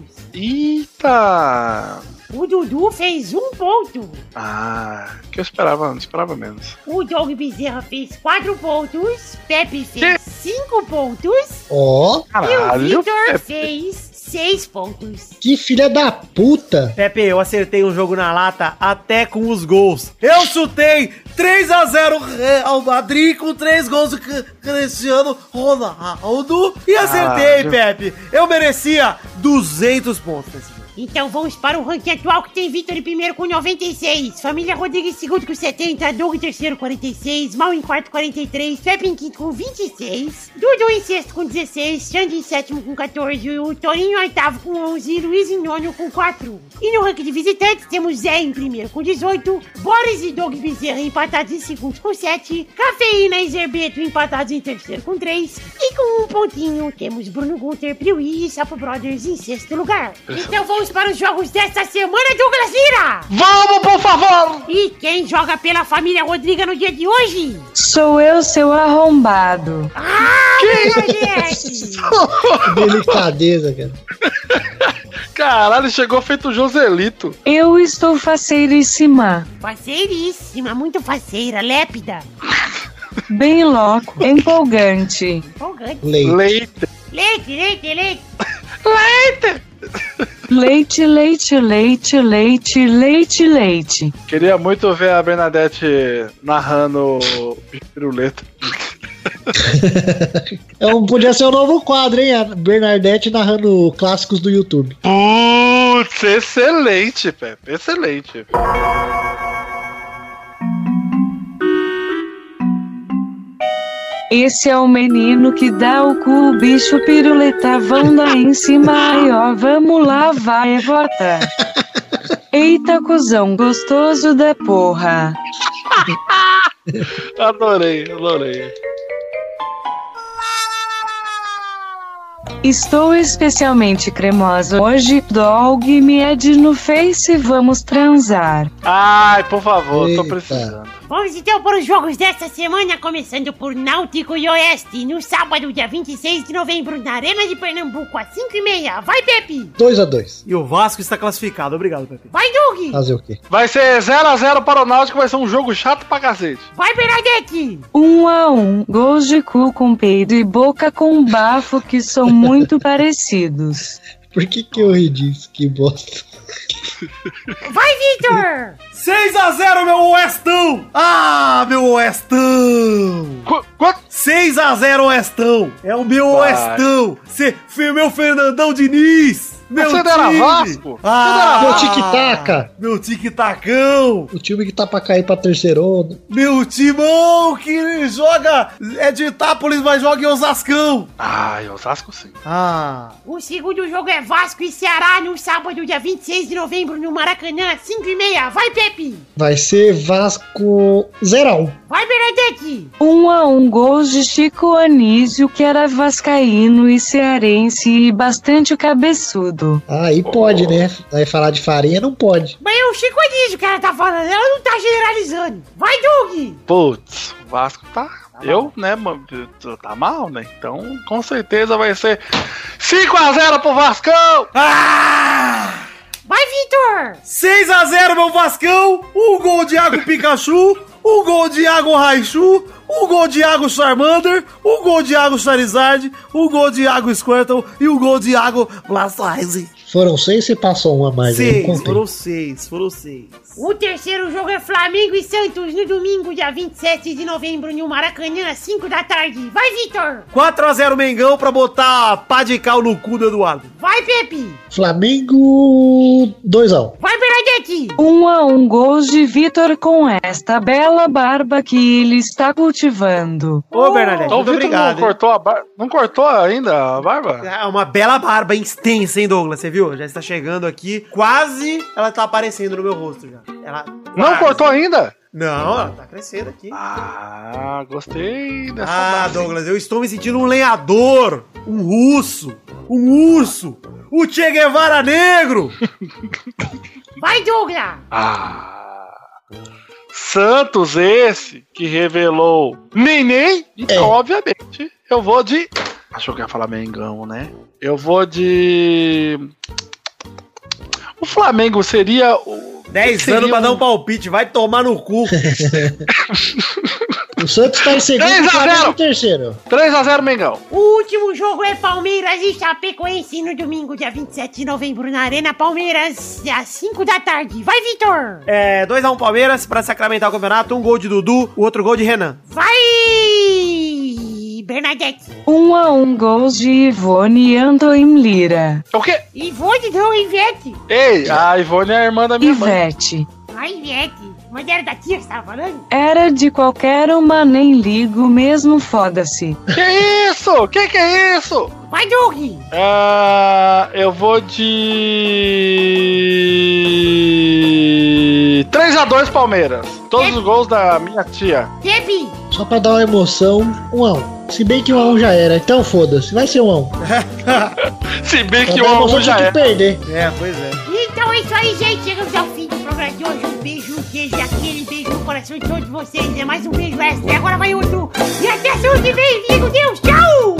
Speaker 3: Eita!
Speaker 5: o Dudu fez 1 ponto,
Speaker 3: Ah, que eu esperava, não esperava menos.
Speaker 5: o Doug Bezerra fez 4 pontos, Pepe fez 5 pontos
Speaker 2: Ó,
Speaker 5: e o
Speaker 3: Caralho!
Speaker 5: Vitor
Speaker 3: Pepe.
Speaker 5: fez 6 pontos.
Speaker 2: que filha da puta.
Speaker 4: Pepe, eu acertei um jogo na lata até com os gols. Eu chutei 3 a 0 Real Madrid com 3 gols do C- Cristiano Ronaldo e acertei,
Speaker 3: Caralho.
Speaker 4: Pepe. Eu merecia 200 pontos nesse jogo.
Speaker 5: Então vamos para o ranking atual que tem Vitor em primeiro com 96, Família Rodrigues em segundo com 70, Doug em terceiro 46, Mal em quarto 43, Pepe em quinto com 26, Dudu em sexto com 16, Xande em sétimo com 14, o Torinho em oitavo com 11, Luiz em nono com 4. E no ranking de visitantes temos Zé em primeiro com 18, Boris e Doug Bezerra empatados em segundo com 7, Cafeína e Zerbeto empatados em terceiro com 3, e com um pontinho temos Bruno Gunter, Priui e Sapo Brothers em sexto lugar. Então vamos para os jogos desta semana, Douglas Lira!
Speaker 3: Vamos, por favor!
Speaker 5: E quem joga pela família Rodriga no dia de hoje?
Speaker 6: Sou eu, seu arrombado.
Speaker 5: Ah, Bernadette!
Speaker 2: Que delicadeza, cara.
Speaker 3: é- Caralho, chegou feito o Joselito.
Speaker 6: Eu estou faceiríssima.
Speaker 5: Faceiríssima, muito faceira, lépida.
Speaker 6: Bem louco, empolgante.
Speaker 5: Empolgante.
Speaker 2: Leite.
Speaker 3: Leite.
Speaker 5: Leite, leite, leite.
Speaker 6: Leite, leite, leite, leite, leite, leite.
Speaker 3: Queria muito ver a Bernadette narrando o piruleta.
Speaker 2: É um, podia ser o novo quadro, hein? A Bernadette narrando clássicos do YouTube.
Speaker 3: Putz, excelente, Pepe. Excelente.
Speaker 6: Esse é o menino que dá o cu, o bicho piruleta, vão lá em cima, ai ó, vamos lá, vai, é vota. Eita, cuzão gostoso da porra.
Speaker 3: Adorei, adorei.
Speaker 6: Estou especialmente cremosa hoje, dog me add no face, vamos transar.
Speaker 3: Ai, por favor, tô
Speaker 2: Eita.
Speaker 3: precisando.
Speaker 5: Vamos então para os jogos desta semana, começando por Náutico e Oeste, no sábado, dia 26 de novembro, na Arena de Pernambuco, às 5h30. Vai, Pepe!
Speaker 2: 2 a 2
Speaker 4: E o Vasco está classificado. Obrigado, Pepe.
Speaker 5: Vai, Doug!
Speaker 2: Fazer o quê?
Speaker 3: Vai ser 0x0 para o Náutico, vai ser um jogo chato pra cacete.
Speaker 5: Vai, Bernadette!
Speaker 6: Um a um, gols de cu com peido e boca com bafo que são muito parecidos.
Speaker 2: Por que, que eu ri disso? Que bosta.
Speaker 5: Vai, Vitor!
Speaker 4: 6 a 0 meu Oestão! Ah, meu Oestão!
Speaker 3: Qu- quanto-
Speaker 4: 6 a 0 Oestão! É o meu
Speaker 3: Vai.
Speaker 4: Oestão! Você foi meu Fernandão Diniz! Meu
Speaker 3: Você não era Vasco?
Speaker 4: Ah,
Speaker 2: Meu tic-taca.
Speaker 4: Meu tic-tacão!
Speaker 2: O time que tá pra cair pra terceira onda.
Speaker 4: Meu timão que joga... É de Itápolis, mas joga em Osascão!
Speaker 3: Ai, Osasco sim.
Speaker 4: Ah...
Speaker 5: O segundo jogo é Vasco e Ceará no sábado, dia 26 de novembro, no Maracanã, 5h30. Vai, Pepe!
Speaker 2: Vai ser Vasco 0x1.
Speaker 5: Vai, Bernadette!
Speaker 6: Um a um, gols de Chico Anísio que era vascaíno e cearense e bastante cabeçudo.
Speaker 2: Aí pode, né? Aí falar de farinha não pode.
Speaker 5: Mas é o Chico Anísio que ela tá falando, ela não tá generalizando. Vai, Doug!
Speaker 3: Putz, o Vasco tá. eu, né, mano, eu- tá mal, né? Então,
Speaker 4: É,
Speaker 3: com certeza vai ser 5x0 pro Vascão!
Speaker 4: Ah!
Speaker 5: Vai, Vitor!
Speaker 4: 6x0, meu Vascão. Um gol de Iago Pikachu. Um gol de Iago Raichu. Um gol de Iago Charmander. Um gol de Iago Charizard. Um gol de Iago Squirtle. E um gol de Iago Blastoise.
Speaker 2: Foram seis você passou um a mais? eu não
Speaker 4: Seis.
Speaker 2: contei.
Speaker 4: Foram seis. Foram seis.
Speaker 5: O terceiro jogo é Flamengo e Santos no domingo, dia 27 de novembro, no Maracanã, às 5 da tarde. Vai, Vitor!
Speaker 4: 4x0 Mengão pra botar a pá de cal no cu do Eduardo.
Speaker 5: Vai, Pepe!
Speaker 2: Flamengo 2x1.
Speaker 5: Vai, Bernadette!
Speaker 6: 1 a 1 gols de Vitor com esta bela barba que ele está cultivando.
Speaker 4: Ô, Bernadette,
Speaker 3: Então o
Speaker 4: muito
Speaker 3: Vitor não
Speaker 4: obrigado. hein?
Speaker 3: cortou a barba. Não cortou ainda a barba?
Speaker 4: É uma bela barba extensa, hein, Douglas? Você viu? Já está chegando aqui. Quase ela tá aparecendo no meu rosto já. Ela.
Speaker 3: Não
Speaker 4: quase.
Speaker 3: cortou ainda?
Speaker 4: Não, ela tá crescendo aqui.
Speaker 3: Ah, gostei dessa
Speaker 4: Ah,
Speaker 3: barba, hein?
Speaker 4: Douglas, eu estou me sentindo um lenhador, um russo, um urso, o Che Guevara negro.
Speaker 5: Vai, Douglas!
Speaker 3: Ah. Santos esse que revelou Neném. Então, obviamente, eu vou de... Achou que eu ia falar Mengão, né? Eu vou de... O Flamengo seria o...
Speaker 4: 10
Speaker 3: Seria
Speaker 4: anos pra
Speaker 3: um-
Speaker 4: dar um palpite, vai tomar no
Speaker 3: (laughs)
Speaker 4: cu.
Speaker 2: O Santos tá em segundo,
Speaker 3: 3
Speaker 2: o
Speaker 3: a
Speaker 2: Flamengo
Speaker 3: zero.
Speaker 2: em terceiro.
Speaker 3: 3x0 Mengão.
Speaker 5: O último jogo é Palmeiras e Chapecoense no domingo, dia 27 de novembro, na Arena Palmeiras, às 5 da tarde. Vai, Vitor!
Speaker 4: É, 2x1 Palmeiras pra sacramentar o campeonato, um gol de Dudu, o outro gol de Renan.
Speaker 5: Vai! Bernadette!
Speaker 6: 1 a 1 gols de Ivone e Andoim Lira.
Speaker 3: O quê?
Speaker 5: E vou de não, Ivete!
Speaker 3: Ei, a Ivone é a irmã da minha mãe.
Speaker 6: Ivete.
Speaker 5: Vai, Ivete! Mulher da tia, você tava falando?
Speaker 6: Era de qualquer uma, nem ligo mesmo, foda-se.
Speaker 3: Que isso? Que que é isso?
Speaker 5: Vai, Doug!
Speaker 3: Ah, eu vou de. 3x2 Palmeiras. Todos os gols da minha tia.
Speaker 5: Pepe!
Speaker 2: Só pra dar uma emoção, 1x1. Se bem que 1x1 já era, então foda-se, vai ser 1x1.
Speaker 3: Se bem
Speaker 2: Pra
Speaker 3: que
Speaker 2: dar
Speaker 3: o
Speaker 2: emoção
Speaker 3: Amu já
Speaker 2: tinha que
Speaker 3: é.
Speaker 2: perder.
Speaker 4: É, pois é.
Speaker 5: Então é isso aí, gente. Chegamos ao fim do programa de hoje. Um beijo, um queijo e aquele beijo no coração de todos vocês. É mais um beijo extra. E agora vai outro. E até semana que vem. Fique com Deus. Tchau!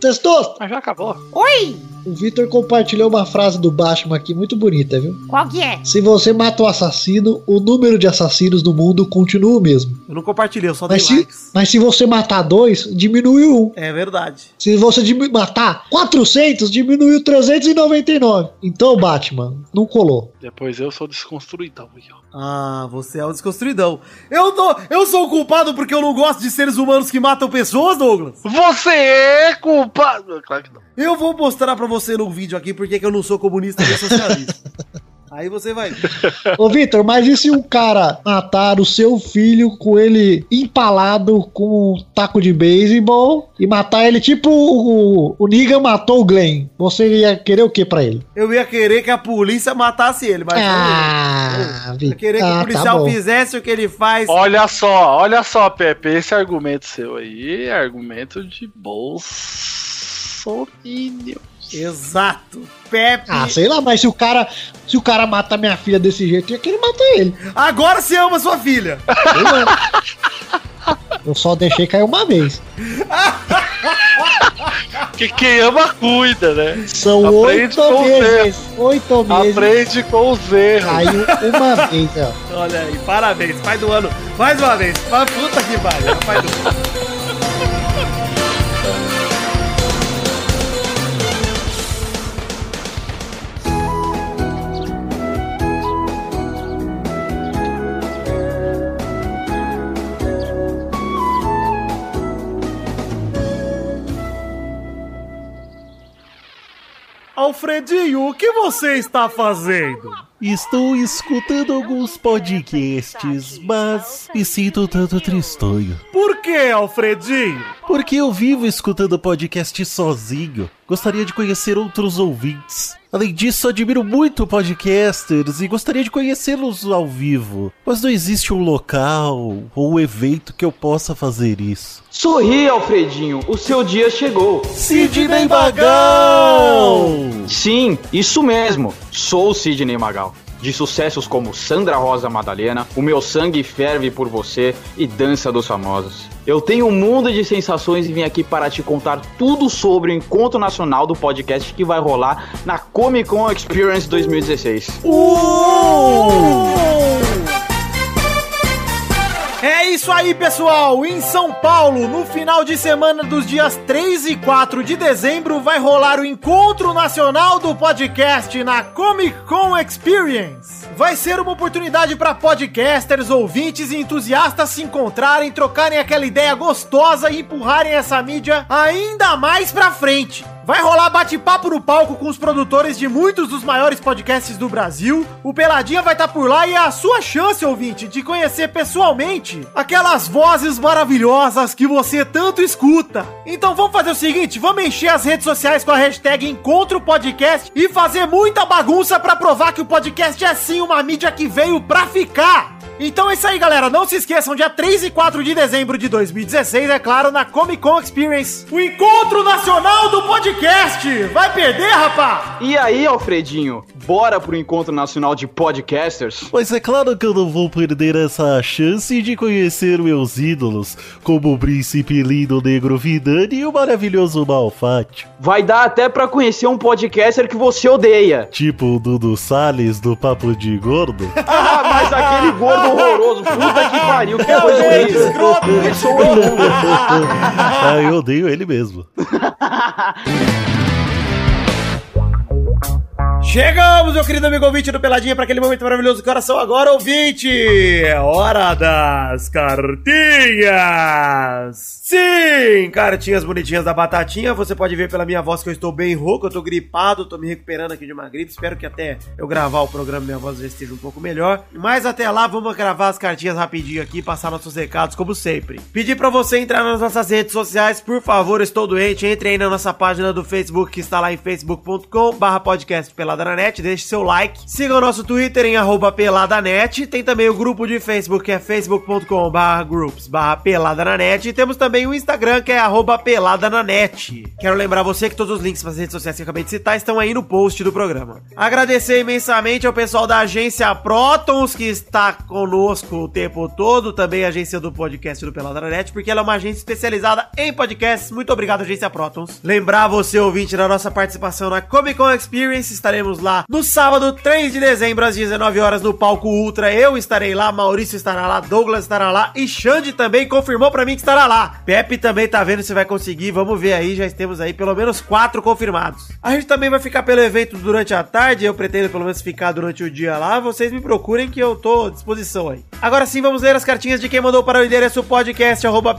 Speaker 2: Testoso!
Speaker 3: Mas já acabou.
Speaker 5: Oi!
Speaker 2: O Victor compartilhou uma frase do Batman aqui muito bonita, viu?
Speaker 5: Qual que é?
Speaker 2: Se você mata o assassino, o número de assassinos no mundo continua o mesmo.
Speaker 4: Eu não compartilhei, eu só dei
Speaker 2: Mas se,
Speaker 4: likes.
Speaker 2: mas se você matar dois, diminuiu um.
Speaker 4: É verdade.
Speaker 2: Se você dimi- matar 400, diminuiu 399. Então, Batman, não colou.
Speaker 3: Depois eu sou desconstruidão. aqui, ó.
Speaker 4: Ah, você é o desconstruidão. Eu tô, eu sou o culpado porque eu não gosto de seres humanos que matam pessoas, Douglas.
Speaker 3: Você é culpado. Claro que não.
Speaker 4: Eu vou mostrar pra você no vídeo aqui porque que eu não sou comunista nem socialista. Aí você vai. ver.
Speaker 2: Ô, Victor, mas e se um cara matar o seu filho com ele empalado com um taco de beisebol e matar ele tipo o, o, o Negan matou o Glenn? Você ia querer o que pra ele?
Speaker 4: Eu ia querer que a polícia matasse ele, mas
Speaker 2: Ah,
Speaker 4: eu ia
Speaker 2: Victor.
Speaker 4: querer que o
Speaker 2: Ah, tá
Speaker 4: policial
Speaker 2: bom.
Speaker 4: fizesse o que ele faz.
Speaker 3: Olha só, olha só, Pepe. Esse argumento seu aí é argumento de bolsominion.
Speaker 4: Exato. Pepe.
Speaker 2: Ah, sei lá, mas se o cara, se o cara mata minha filha desse jeito, eu ia querer matar ele.
Speaker 4: Agora você ama sua filha.
Speaker 2: Sei
Speaker 4: (laughs)
Speaker 2: lá. Eu só deixei cair uma vez.
Speaker 3: Que quem ama cuida, né?
Speaker 2: São
Speaker 3: Aprende
Speaker 2: oito
Speaker 3: com os
Speaker 2: meses. Oito meses.
Speaker 3: Aprende com os erros.
Speaker 2: Caiu uma vez, ó.
Speaker 4: Olha aí, parabéns. Pai do ano. Mais uma vez. Pra puta que pariu. é Pai do ano. Alfredinho, o que você está fazendo?
Speaker 7: Estou escutando alguns podcasts, mas me sinto um tanto tristonho.
Speaker 4: Por que, Alfredinho?
Speaker 7: Porque eu vivo escutando podcast sozinho. Gostaria de conhecer outros ouvintes. Além disso, admiro muito podcasters e gostaria de conhecê-los ao vivo. Mas não existe um local ou um evento que eu possa fazer isso.
Speaker 8: Sorri, Alfredinho, o seu dia chegou.
Speaker 7: Sidney Bagal!
Speaker 8: Sim, isso mesmo. Sou o Sidney Magal. de sucessos como Sandra Rosa Madalena, O Meu Sangue Ferve por Você e Dança dos Famosos. Eu tenho um mundo de sensações e vim aqui para te contar tudo sobre o encontro nacional do podcast que vai rolar na Comic Con Experience 2016.
Speaker 7: Uh!
Speaker 4: É isso aí, pessoal! Em São Paulo, no final de semana dos dias 3 e 4 de dezembro, vai rolar o Encontro Nacional do Podcast na Comic Con Experience. Vai ser uma oportunidade para podcasters, ouvintes e entusiastas se encontrarem, trocarem aquela ideia gostosa e empurrarem essa mídia ainda mais pra frente. Vai rolar bate-papo no palco com os produtores de muitos dos maiores podcasts do Brasil. O Peladinha vai estar por lá e é a sua chance, ouvinte, de conhecer pessoalmente aquelas vozes maravilhosas que você tanto escuta. Então vamos fazer o seguinte, vamos encher as redes sociais com a hashtag Encontro Podcast e fazer muita bagunça pra provar que o podcast é sim uma mídia que veio pra ficar. Então é isso aí, galera. Não se esqueçam, dia 3 e 4 de dezembro de 2016, é claro, na Comic Con Experience, o encontro nacional do podcast. Vai perder, rapá?
Speaker 8: E aí, Alfredinho, bora pro Encontro Nacional de Podcasters?
Speaker 7: Mas é claro que eu não vou perder essa chance de conhecer meus ídolos, como o príncipe lindo negro Vidani e o maravilhoso Malfatti.
Speaker 8: Vai dar até pra conhecer um podcaster que você odeia.
Speaker 7: Tipo o Dudu Salles do Papo de Gordo. (laughs)
Speaker 8: Ah, mas aquele gordo horroroso, puta que pariu, que coisa horrível. Eu sou horrível.
Speaker 7: ah, eu odeio ele mesmo.
Speaker 4: Chegamos, meu querido amigo ouvinte do Peladinha, para aquele momento maravilhoso que horas são agora, ouvinte! É hora das cartinhas! Sim, cartinhas bonitinhas da batatinha. Você pode ver pela minha voz que eu estou bem rouco, eu estou gripado, estou me recuperando aqui de uma gripe. Espero que até eu gravar o programa minha voz já esteja um pouco melhor. Mas até lá, vamos gravar as cartinhas rapidinho aqui, passar nossos recados, como sempre. Pedir para você entrar nas nossas redes sociais, por favor, estou doente, entre aí na nossa página do Facebook, que está lá em facebook.com barra podcast Peladanet, deixe seu like. Siga o nosso Twitter em arroba peladanet. Tem também o grupo de Facebook, que é facebook.com groups peladananet. E temos também o Instagram, que é arroba peladananet. Quero lembrar você que todos os links para as redes sociais que eu acabei de citar estão aí no post do programa. Agradecer imensamente ao pessoal da agência Protons, que está conosco o tempo todo, também a agência do podcast do Peladanet, porque ela é uma agência especializada em podcasts. Muito obrigado, agência Protons. Lembrar você, ouvinte, da nossa participação na Comic Con Experience, estaremos lá no sábado, 3 de dezembro, às 19 horas, no palco Ultra. Eu estarei lá, Maurício estará lá, Douglas estará lá e Xande também confirmou pra mim que estará lá. Pepe também tá vendo se vai conseguir, vamos ver aí, já temos aí pelo menos quatro confirmados. A gente também vai ficar pelo evento durante a tarde, eu pretendo pelo menos ficar durante o dia lá, vocês me procurem que eu tô à disposição aí. Agora sim, vamos ler as cartinhas de quem mandou para o endereço podcast arroba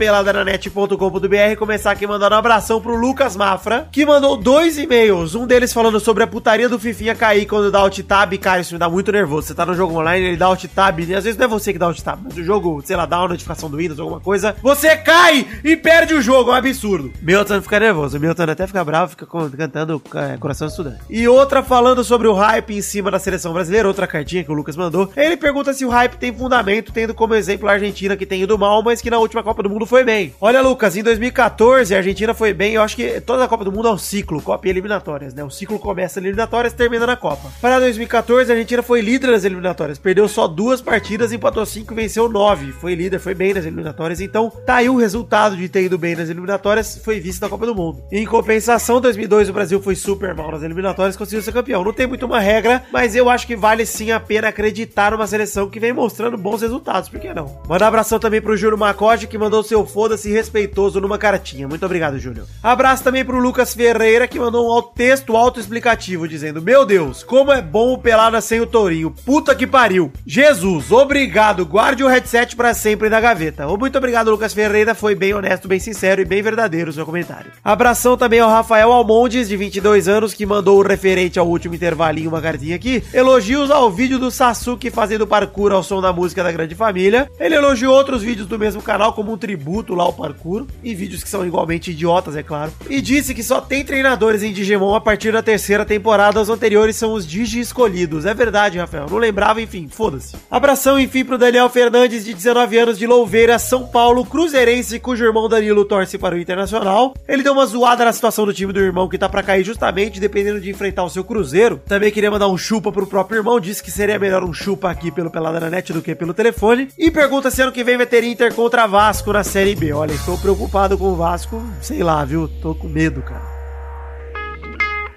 Speaker 4: peladananet.com.br começar aqui mandando um abração pro Lucas Mafra, que mandou dois e-mails, um deles falando sobre a putaria do Fifinha cair quando dá alt tab, cara, isso me dá muito nervoso. Você tá no jogo online, ele dá alt tab, e às vezes não é você que dá alt tab, mas o jogo, sei lá, dá uma notificação do Windows, alguma coisa, você cai e perde o jogo, é um absurdo. Milton fica nervoso, Milton até fica bravo, fica co- cantando é, Coração Estudante. E outra falando sobre o hype em cima da seleção brasileira, outra cartinha que o Lucas mandou, ele pergunta se o hype tem fundamento, tendo como exemplo a Argentina que tem ido mal, mas que na última Copa do Mundo foi bem. Olha, Lucas, em 2014 a Argentina foi bem, eu acho que toda a Copa do Mundo é um ciclo, Copa e eliminatórias, né? O ciclo começa eliminatórias eliminatórias termina na Copa. Para 2014, a Argentina foi líder nas eliminatórias, perdeu só duas partidas, empatou cinco e venceu nove. Foi líder, foi bem nas eliminatórias, então tá aí o resultado de ter ido bem nas eliminatórias, foi vice da Copa do Mundo. Em compensação, 2002 o Brasil foi super mal nas eliminatórias, conseguiu ser campeão. Não tem muito uma regra, mas eu acho que vale sim a pena acreditar numa seleção que vem mostrando bons resultados, por que não? Manda um abração também pro Júlio Macote, que mandou seu foda-se respeitoso numa cartinha. Muito obrigado, Júlio. Abraço também pro Lucas Ferreira, que mandou um au- texto autoexplicativo dizendo dizendo: Meu Deus, como é bom o Pelada sem o Tourinho. Puta que pariu. Jesus, obrigado. Guarde o headset pra sempre na gaveta. Ô, muito obrigado, Lucas Ferreira. Foi bem honesto, bem sincero e bem verdadeiro o seu comentário. Abração também ao Rafael Almondes, de 22 anos, que mandou o referente ao último intervalinho uma cartinha aqui. Elogios ao vídeo do Sasuke fazendo parkour ao som da música da Grande Família. Ele elogiou outros vídeos do mesmo canal, como um tributo lá ao parkour. E vídeos que são igualmente idiotas, é claro. E disse que só tem treinadores em Digimon a partir da terceira temporada, onde anteriores são os Digi escolhidos. É verdade, Rafael. Não lembrava, enfim, foda-se. Abração, enfim, pro Daniel Fernandes, de 19 anos, de Louveira, São Paulo, cruzeirense, cujo irmão Danilo torce para o Internacional. Ele deu uma zoada na situação do time do irmão, que tá pra cair justamente, dependendo de enfrentar o seu Cruzeiro. Também queria mandar um chupa pro próprio irmão, disse que seria melhor um chupa aqui pelo Pelada na Net do que pelo telefone. E pergunta se ano que vem vai ter Inter contra Vasco na Série B. Olha, estou preocupado com o Vasco, sei lá, viu? Tô com medo, cara.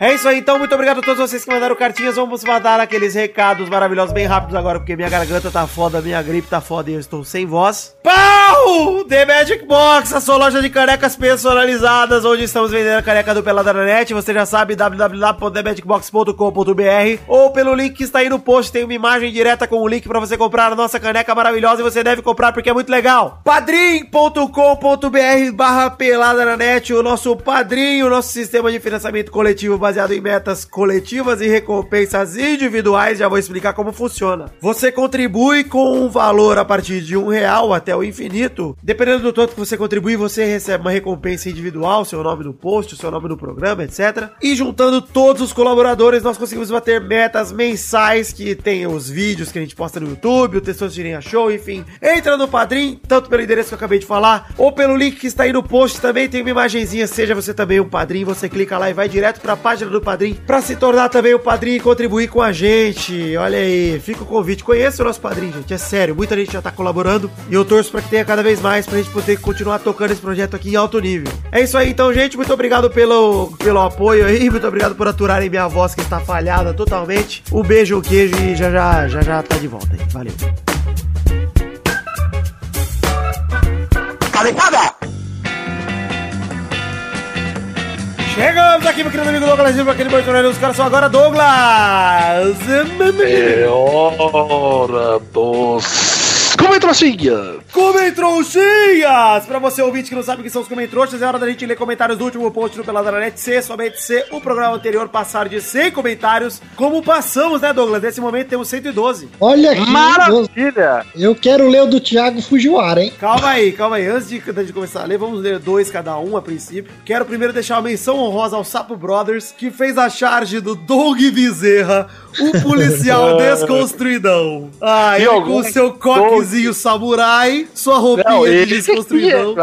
Speaker 4: É isso aí, então. Muito obrigado a todos vocês que mandaram cartinhas. Vamos mandar aqueles recados maravilhosos bem rápidos agora, porque minha garganta tá foda, minha gripe tá foda e eu estou sem voz. Pau! The Magic Box, a sua loja de canecas personalizadas, onde estamos vendendo a caneca do Pelada na Net. Você já sabe, www.themagicbox.com.br ou pelo link que está aí no post, tem uma imagem direta com o link para você comprar a nossa caneca maravilhosa e você deve comprar porque é muito legal. padrim.com.br barra pelada na net, o nosso padrinho, o nosso sistema de financiamento coletivo baseado em metas coletivas e recompensas individuais. Já vou explicar como funciona. Você contribui com um valor a partir de um real até o infinito. Dependendo do tanto que você contribui, você recebe uma recompensa individual, seu nome no post, seu nome no programa, etc. E juntando todos os colaboradores, nós conseguimos bater metas mensais que tem os vídeos que a gente posta no YouTube, o Textos Tirinha Show, enfim. Entra no Padrim, tanto pelo endereço que eu acabei de falar, ou pelo link que está aí no post também, tem uma imagenzinha, seja você também um padrinho, você clica lá e vai direto para a página do Padrim, para se tornar também o padrinho e contribuir com a gente. Olha aí, fica o convite, conheça o nosso padrinho, gente, é sério, muita gente já tá colaborando e eu torço para que tenha cada vez mais, pra gente poder continuar tocando esse projeto aqui em alto nível. É isso aí então, gente, muito obrigado pelo, pelo apoio aí, muito obrigado por aturarem minha voz que está falhada totalmente. Um beijo, um queijo e já já, já já tá de volta, hein? Valeu. Chegamos aqui, meu querido amigo Douglas Silva, aquele Bortonelli, os caras são agora Douglas!
Speaker 3: É hora dos. Comentrocinha!
Speaker 4: Comentrouxinhas! Pra você ouvinte que não sabe o que são os comentrouxas, é hora da gente ler comentários do último post do Peladranet. Se somente se o programa anterior passar de 100 comentários, como passamos, né, Douglas? Nesse momento temos 112.
Speaker 2: Olha aqui, eu,
Speaker 3: Maravilha!
Speaker 2: eu quero ler o do Thiago Fujiwara, hein?
Speaker 4: Calma aí, calma aí. Antes de, de começar a ler, vamos ler dois cada um a princípio. Quero primeiro deixar uma menção honrosa ao Sapo Brothers, que fez a charge do Doug Bezerra, o
Speaker 3: (laughs)
Speaker 4: policial desconstruidão. Ah,
Speaker 3: E
Speaker 4: ele com
Speaker 3: algum-
Speaker 4: o seu coquezinho samurai, sua roupinha
Speaker 3: Não,
Speaker 4: de
Speaker 3: ele,
Speaker 4: desconstruidão.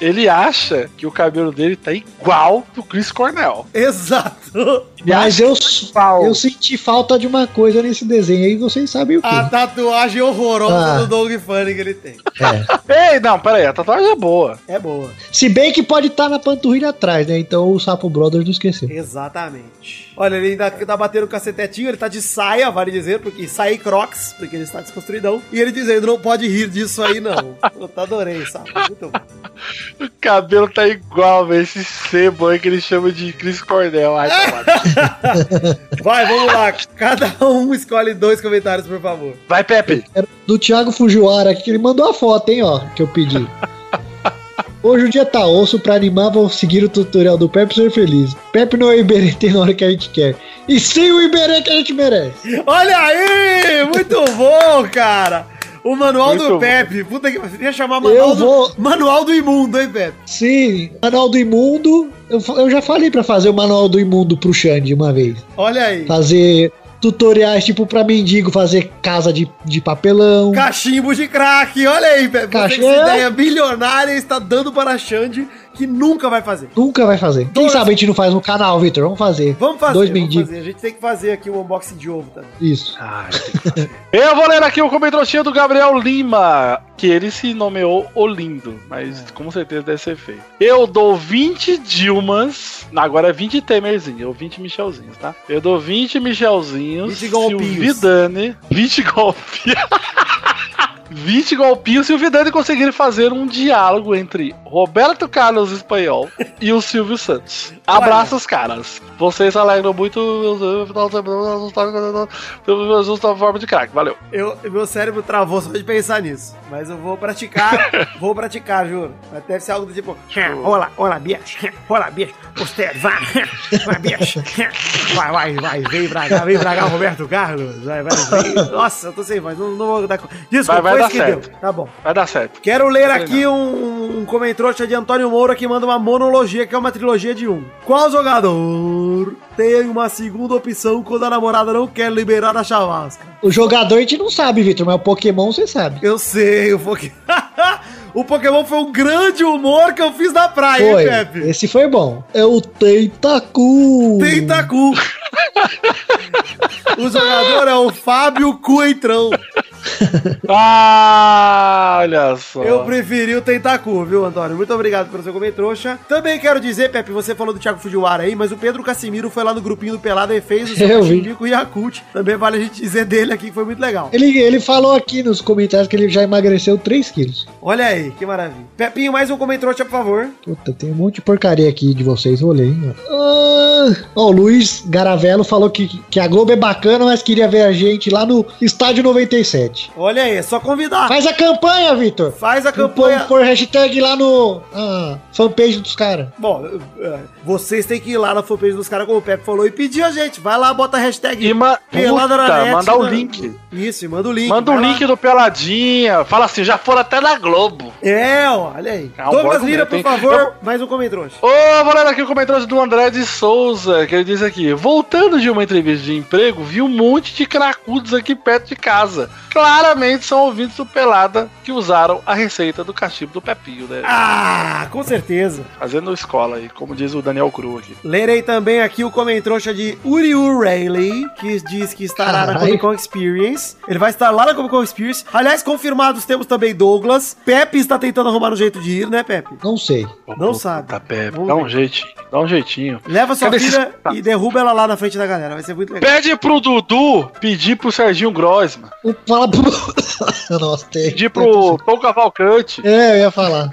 Speaker 3: ele acha que o cabelo dele tá igual do Chris Cornell.
Speaker 4: Exato.
Speaker 2: Mas eu,
Speaker 3: tá Oh.
Speaker 2: eu senti falta de uma coisa nesse desenho aí, vocês sabem o que.
Speaker 4: A tatuagem horrorosa
Speaker 2: Ah.
Speaker 4: do Doug Funny que ele tem.
Speaker 3: Ei, não, pera aí, a tatuagem é boa.
Speaker 4: É boa.
Speaker 2: Se bem que pode estar na panturrilha atrás, né? Então o Sapo Brothers não esqueceu.
Speaker 4: Exatamente. Olha, ele ainda tá batendo o cacetetinho, ele tá de saia, vale dizer, porque saia e crocs, porque ele está desconstruidão. E ele dizendo, não pode rir disso aí, não. Eu tá adorei, sabe? Muito bom.
Speaker 3: O cabelo tá igual, velho. Esse sebo aí que ele chama de Chris Cornell. Ai, tá lá.
Speaker 4: Vai, vamos lá. Cada um escolhe dois comentários, por favor.
Speaker 3: Vai, Pepe.
Speaker 2: do Thiago Fujiwara aqui, que ele mandou a foto, hein, ó, que eu pedi. Hoje o dia tá osso, pra animar vou seguir o tutorial do Pepe ser feliz. Pepe não é o Iberê, (laughs) tem na hora que a gente quer. E sim o Iberê é que a gente merece.
Speaker 4: Olha aí! Muito bom, cara! O manual
Speaker 3: Muito
Speaker 4: do
Speaker 3: bom.
Speaker 4: Pepe. Puta que. Devia chamar manual
Speaker 2: Eu
Speaker 4: do.
Speaker 2: vou-
Speaker 4: Manual do imundo, hein, Pepe?
Speaker 2: Sim, Manual do Imundo, eu, fa- eu já falei pra fazer o Manual do Imundo pro Xande uma vez.
Speaker 4: Olha aí.
Speaker 2: Tá Fazer tutoriais tipo pra mendigo, fazer casa de, de papelão.
Speaker 4: Cachimbo de crack, olha aí, Pepe. Você com
Speaker 2: Cachimbo.
Speaker 4: essa ideia bilionária está dando para a Xande que nunca vai fazer.
Speaker 2: Nunca vai fazer. Quem
Speaker 4: Dois-
Speaker 2: sabe a gente não faz no canal, Victor? Vamos fazer.
Speaker 4: Vamos fazer,
Speaker 2: Dois
Speaker 4: vamos
Speaker 2: mendigos.
Speaker 4: fazer. A gente tem que fazer aqui um unboxing de ovo também.
Speaker 2: Isso.
Speaker 3: Eu vou ler aqui o comentroxinha do Gabriel Lima, que ele se nomeou Olindo, mas com certeza deve ser feio. Eu dou 20 Dilmas, agora é 20 Temerzinho, ou 20 Michelzinhos, tá? Eu dou 20 Michelzinhos,
Speaker 4: 20 golpinhos.
Speaker 3: se o Vidane... 20 golpinhos. 20 golpinhos se o Vidane conseguir fazer um diálogo entre Roberto Carlos Espanhol (laughs) e o Silvio Santos. Abraço os caras. Vocês alegram muito justa forma de craque. Valeu.
Speaker 4: Eu, meu cérebro travou só de pensar nisso. Mas eu vou
Speaker 2: (laughs)
Speaker 4: praticar, vou praticar, juro. Mas deve ser algo do tipo.
Speaker 3: É.
Speaker 4: Olá, olá, bicho. Olá, bicho. Você é, vai. Vai, bicho. Vai, vai, vai. Vem pra cá, vem pra cá, Roberto Carlos. Vai, vai, vem. Nossa, eu tô sem voz. Não, não vou dar. co- Desculpa,
Speaker 3: Vai, vai
Speaker 4: foi
Speaker 3: dar
Speaker 4: isso que
Speaker 3: certo.
Speaker 4: deu. Tá bom.
Speaker 3: Vai dar certo.
Speaker 4: Quero ler aqui um, um comentário de Antônio Moura que manda uma monologia, que é uma trilogia de um. Qual jogador jogador tenha uma segunda opção quando a namorada não quer liberar a chavasca.
Speaker 2: O jogador a gente não sabe, Vitor, mas o Pokémon você sabe.
Speaker 4: Eu sei, o Pokémon. (laughs) o Pokémon foi um grande humor que eu fiz na praia,
Speaker 2: Foi.
Speaker 4: hein, Pepe?
Speaker 2: Esse foi bom. É o Tentacu.
Speaker 4: Tentacu. o jogador é o Fábio Coentrão.
Speaker 3: Ah, olha só.
Speaker 4: Eu preferi o Tentacu, viu, Antônio? Muito obrigado pelo seu comentário, trouxa. Também quero dizer, Pepe, você falou do Thiago Fujiwara aí, mas o Pedro Casimiro foi lá no grupinho do Pelada e fez o seu
Speaker 2: Eu vi.
Speaker 4: Chico e a Cult. Também vale a gente dizer dele aqui que foi muito legal.
Speaker 2: Ele, ele falou aqui nos comentários que ele já emagreceu 3 quilos.
Speaker 4: Olha aí, que maravilha. Pepinho, mais um comentário, por favor.
Speaker 2: Puta, tem um monte de porcaria aqui de vocês, vou ler, hein? Ah, ó, o Luiz Garavello falou que, que a Globo é bacana, mas queria ver a gente lá no Estádio 97.
Speaker 4: Olha aí, é só convidar.
Speaker 2: Faz a campanha, Vitor!
Speaker 4: Faz a
Speaker 2: Campanha.
Speaker 4: campanha.
Speaker 2: Por hashtag lá no ah, fanpage dos caras.
Speaker 4: Bom, eh, vocês têm que ir lá na fanpage dos caras, como o Pepe falou, e pedir a gente. Vai lá, bota a hashtag
Speaker 3: E ma...
Speaker 4: Pelada na
Speaker 3: Puta,
Speaker 4: net,
Speaker 3: mandar o
Speaker 4: mano.
Speaker 3: link.
Speaker 4: Isso, manda o link.
Speaker 3: Manda o
Speaker 4: vai lá.
Speaker 3: link do Peladinha. Fala assim, já foram até na Globo.
Speaker 4: É, ó, olha aí.
Speaker 3: É um bom
Speaker 4: Douglas
Speaker 3: argumento,
Speaker 4: Lira, por
Speaker 3: hein?
Speaker 4: favor, mais um comentário.
Speaker 3: Ô, vou ler aqui o comentário do André de Souza, que ele diz aqui: Voltando de uma entrevista de emprego, vi um monte de cracudos aqui perto de casa. Claramente são ouvintes do Pelada que usaram a receita do cachimbo do Pepinho, né?
Speaker 4: Ah, com certeza.
Speaker 3: Fazendo escola aí, como diz o Daniel Cru aqui.
Speaker 4: Lerei também aqui o comentrouxa de Uriu Rayleigh, que diz que estará na
Speaker 2: Caralho.
Speaker 4: Comic Con Experience. Ele vai estar lá na Comic Con Experience. Aliás, confirmados temos também Douglas. Pepe está tentando arrumar um jeito de ir, né, Pepe?
Speaker 2: Não sei.
Speaker 4: Não sabe.
Speaker 3: Tá, Pepe,
Speaker 4: Vamos
Speaker 3: dá
Speaker 4: ver.
Speaker 3: um jeitinho, dá um jeitinho.
Speaker 4: Leva sua
Speaker 3: Cadê
Speaker 4: filha
Speaker 3: esses-
Speaker 4: e derruba ela lá na frente da galera. Vai ser muito legal.
Speaker 3: Pede pro Dudu pedir pro Serginho Grossman,
Speaker 2: O- Fala pro. (laughs) Nossa, tem.
Speaker 3: pedir pro Tom Cavalcante.
Speaker 2: É, eu ia falar.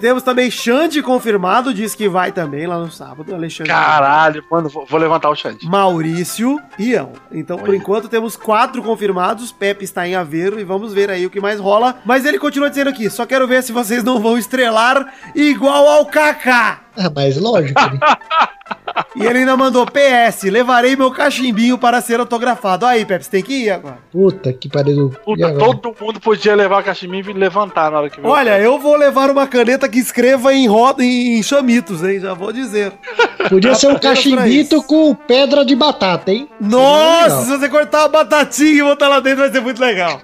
Speaker 4: Temos também Xande confirmado, diz que vai também lá no sábado. Alexandre.
Speaker 3: Caralho, mano, vou vou levantar o chat.
Speaker 4: Maurício e Ião. Então, por enquanto, temos quatro confirmados. Pepe está em Aveiro e vamos ver aí o que mais rola. Mas ele continua dizendo aqui: só quero ver se vocês não vão estrelar igual ao Kaká.
Speaker 2: Ah, mas lógico. né?
Speaker 3: (laughs)
Speaker 4: E ele ainda mandou: PS, levarei meu cachimbinho para ser autografado. Aí, Pepe, você tem que ir agora.
Speaker 2: Puta que pariu. E
Speaker 3: Puta,
Speaker 2: agora?
Speaker 3: todo mundo podia levar o cachimbo e levantar na hora que viu.
Speaker 4: Olha, eu vou levar uma caneta que escreva em, roda, em chamitos, hein? Já vou dizer.
Speaker 3: tá
Speaker 2: Podia ser um
Speaker 4: Apenas pra
Speaker 2: cachimbito
Speaker 4: isso.
Speaker 2: com pedra de batata, hein?
Speaker 4: Nossa, se você cortar uma batatinha e botar lá dentro, vai ser muito legal.